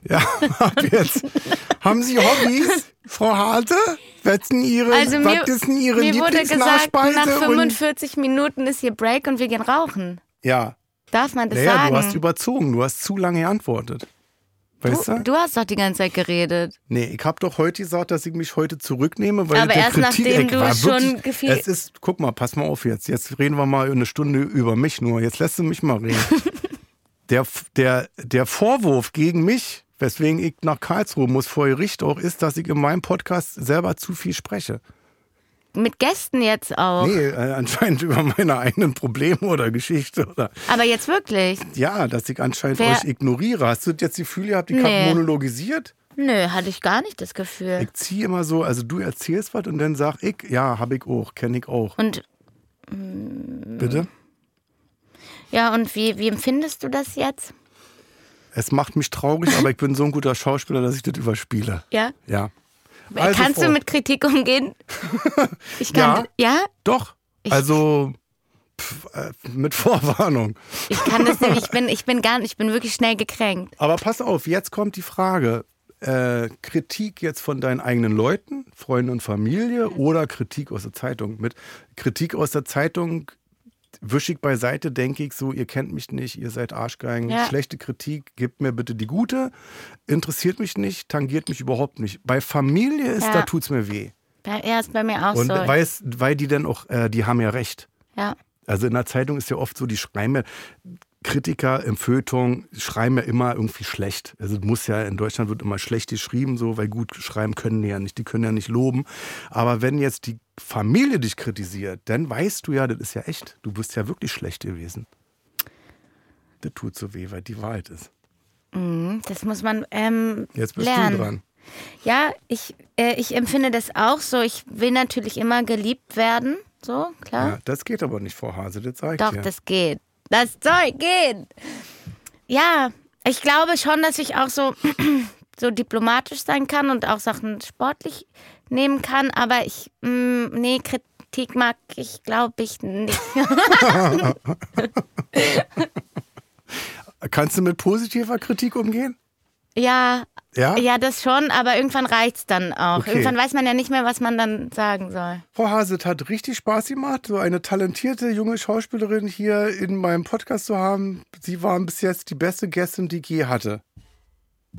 B: ja, ab jetzt. Haben Sie Hobbys, Frau Hase? Was ist denn Ihre,
C: Also mir,
B: was ist denn Äh, Ihre
C: mir wurde gesagt, nach
B: Lieblingsnachspeise? und,
C: 45 Minuten ist hier Break und wir gehen rauchen.
B: ja,
C: Darf man das
B: naja,
C: sagen?
B: du hast überzogen, du hast zu lange geantwortet. Weißt
C: Du,
B: du?
C: du hast doch die ganze Zeit geredet.
B: Nee, ich habe doch heute gesagt, dass ich mich heute zurücknehme, weil
C: Aber
B: der
C: erst
B: Kritik
C: nachdem
B: ich
C: du
B: war
C: schon
B: wirklich,
C: gefiel-
B: Es ist, guck mal, pass mal auf jetzt. Jetzt reden wir mal eine Stunde über mich nur. Jetzt lässt du mich mal reden. der, der, der Vorwurf gegen mich, weswegen ich nach Karlsruhe muss vor Gericht auch, ist, dass ich in meinem Podcast selber zu viel spreche.
C: Mit Gästen jetzt auch.
B: Nee, äh, anscheinend über meine eigenen Probleme oder Geschichte. Oder.
C: Aber jetzt wirklich?
B: Ja, dass ich anscheinend
C: Wer-
B: euch ignoriere. Hast du jetzt die Gefühl gehabt, ich
C: Nee.
B: habe monologisiert?
C: Nö, hatte ich gar nicht das Gefühl.
B: Ich ziehe immer so, also du erzählst was und dann sag ich, ja, habe ich auch, kenne ich auch.
C: Und Mhm.
B: Bitte?
C: ja, und wie, wie empfindest du das jetzt?
B: Es macht mich traurig, aber ich bin so ein guter Schauspieler, dass ich das überspiele.
C: Ja?
B: Ja.
C: Äh,
B: Also
C: Kannst
B: Frau-
C: du mit Kritik umgehen? Ich kann, ja.
B: Doch.
C: Ich-
B: also pf, äh, mit Vorwarnung.
C: Ich kann das nämlich, ich bin, ich bin gar nicht, ich bin wirklich schnell gekränkt.
B: Aber pass auf, jetzt kommt die Frage. Äh, Kritik jetzt von deinen eigenen Leuten, Freunden und Familie oder Kritik aus der Zeitung? Mit Kritik aus der Zeitung wische ich beiseite, denke ich so, ihr kennt mich nicht, ihr seid Arschgeigen,
C: Ja.
B: schlechte Kritik, gebt mir bitte die gute, interessiert mich nicht, tangiert mich überhaupt nicht. Bei Familie ist,
C: Ja.
B: da tut's mir weh.
C: Ja, Er ist bei mir auch
B: Und
C: so.
B: weil, es- weil die dann auch, äh, die haben ja recht.
C: Ja.
B: Also in der Zeitung ist ja oft so, die schreiben ja, Kritiker im Feuilleton schreiben ja immer irgendwie schlecht. Also es muss ja, in Deutschland wird immer schlecht geschrieben, so, weil gut schreiben können die ja nicht, die können ja nicht loben. Aber wenn jetzt die Familie dich kritisiert, dann weißt du ja, das ist ja echt. Du bist ja wirklich schlecht gewesen. Das tut so weh, weil die Wahrheit ist.
C: Mhm, Das muss man ähm,
B: Jetzt bist
C: lernen.
B: du dran.
C: Ja, ich, äh, ich empfinde das auch so. Ich will natürlich immer geliebt werden. So, klar.
B: Ja, das geht aber nicht, Frau Hase, das zeigt
C: Doch,
B: dir.
C: das geht. Das soll gehen. Ja, ich glaube schon, dass ich auch so, so diplomatisch sein kann und auch Sachen sportlich nehmen kann, aber ich, mh, nee, Kritik mag ich, glaube ich, nicht.
B: Kannst du mit positiver Kritik umgehen?
C: Ja,
B: Ja?
C: ja, das schon, aber irgendwann reicht's dann auch.
B: Okay.
C: Irgendwann weiß man ja nicht mehr, was man dann sagen soll.
B: Frau Hase, es hat richtig Spaß gemacht, so eine talentierte junge Schauspielerin hier in meinem Podcast zu haben. Sie waren bis jetzt die beste Gästin, die ich je hatte.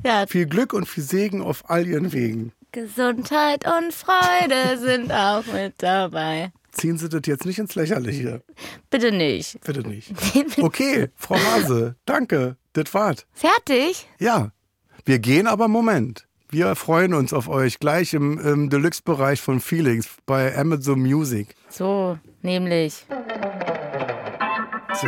C: Ja,
B: Viel Glück und viel Segen auf all ihren Wegen.
C: Gesundheit und Freude sind auch mit dabei.
B: Ziehen Sie das jetzt nicht ins Lächerliche.
C: Bitte nicht.
B: Bitte nicht. Okay, Frau Hase, danke. Das war's.
C: Fertig?
B: Ja, wir gehen aber Moment. Wir freuen uns auf euch gleich im, im Deluxe-Bereich von Feelings bei Amazon Music.
C: So, nämlich.
B: So.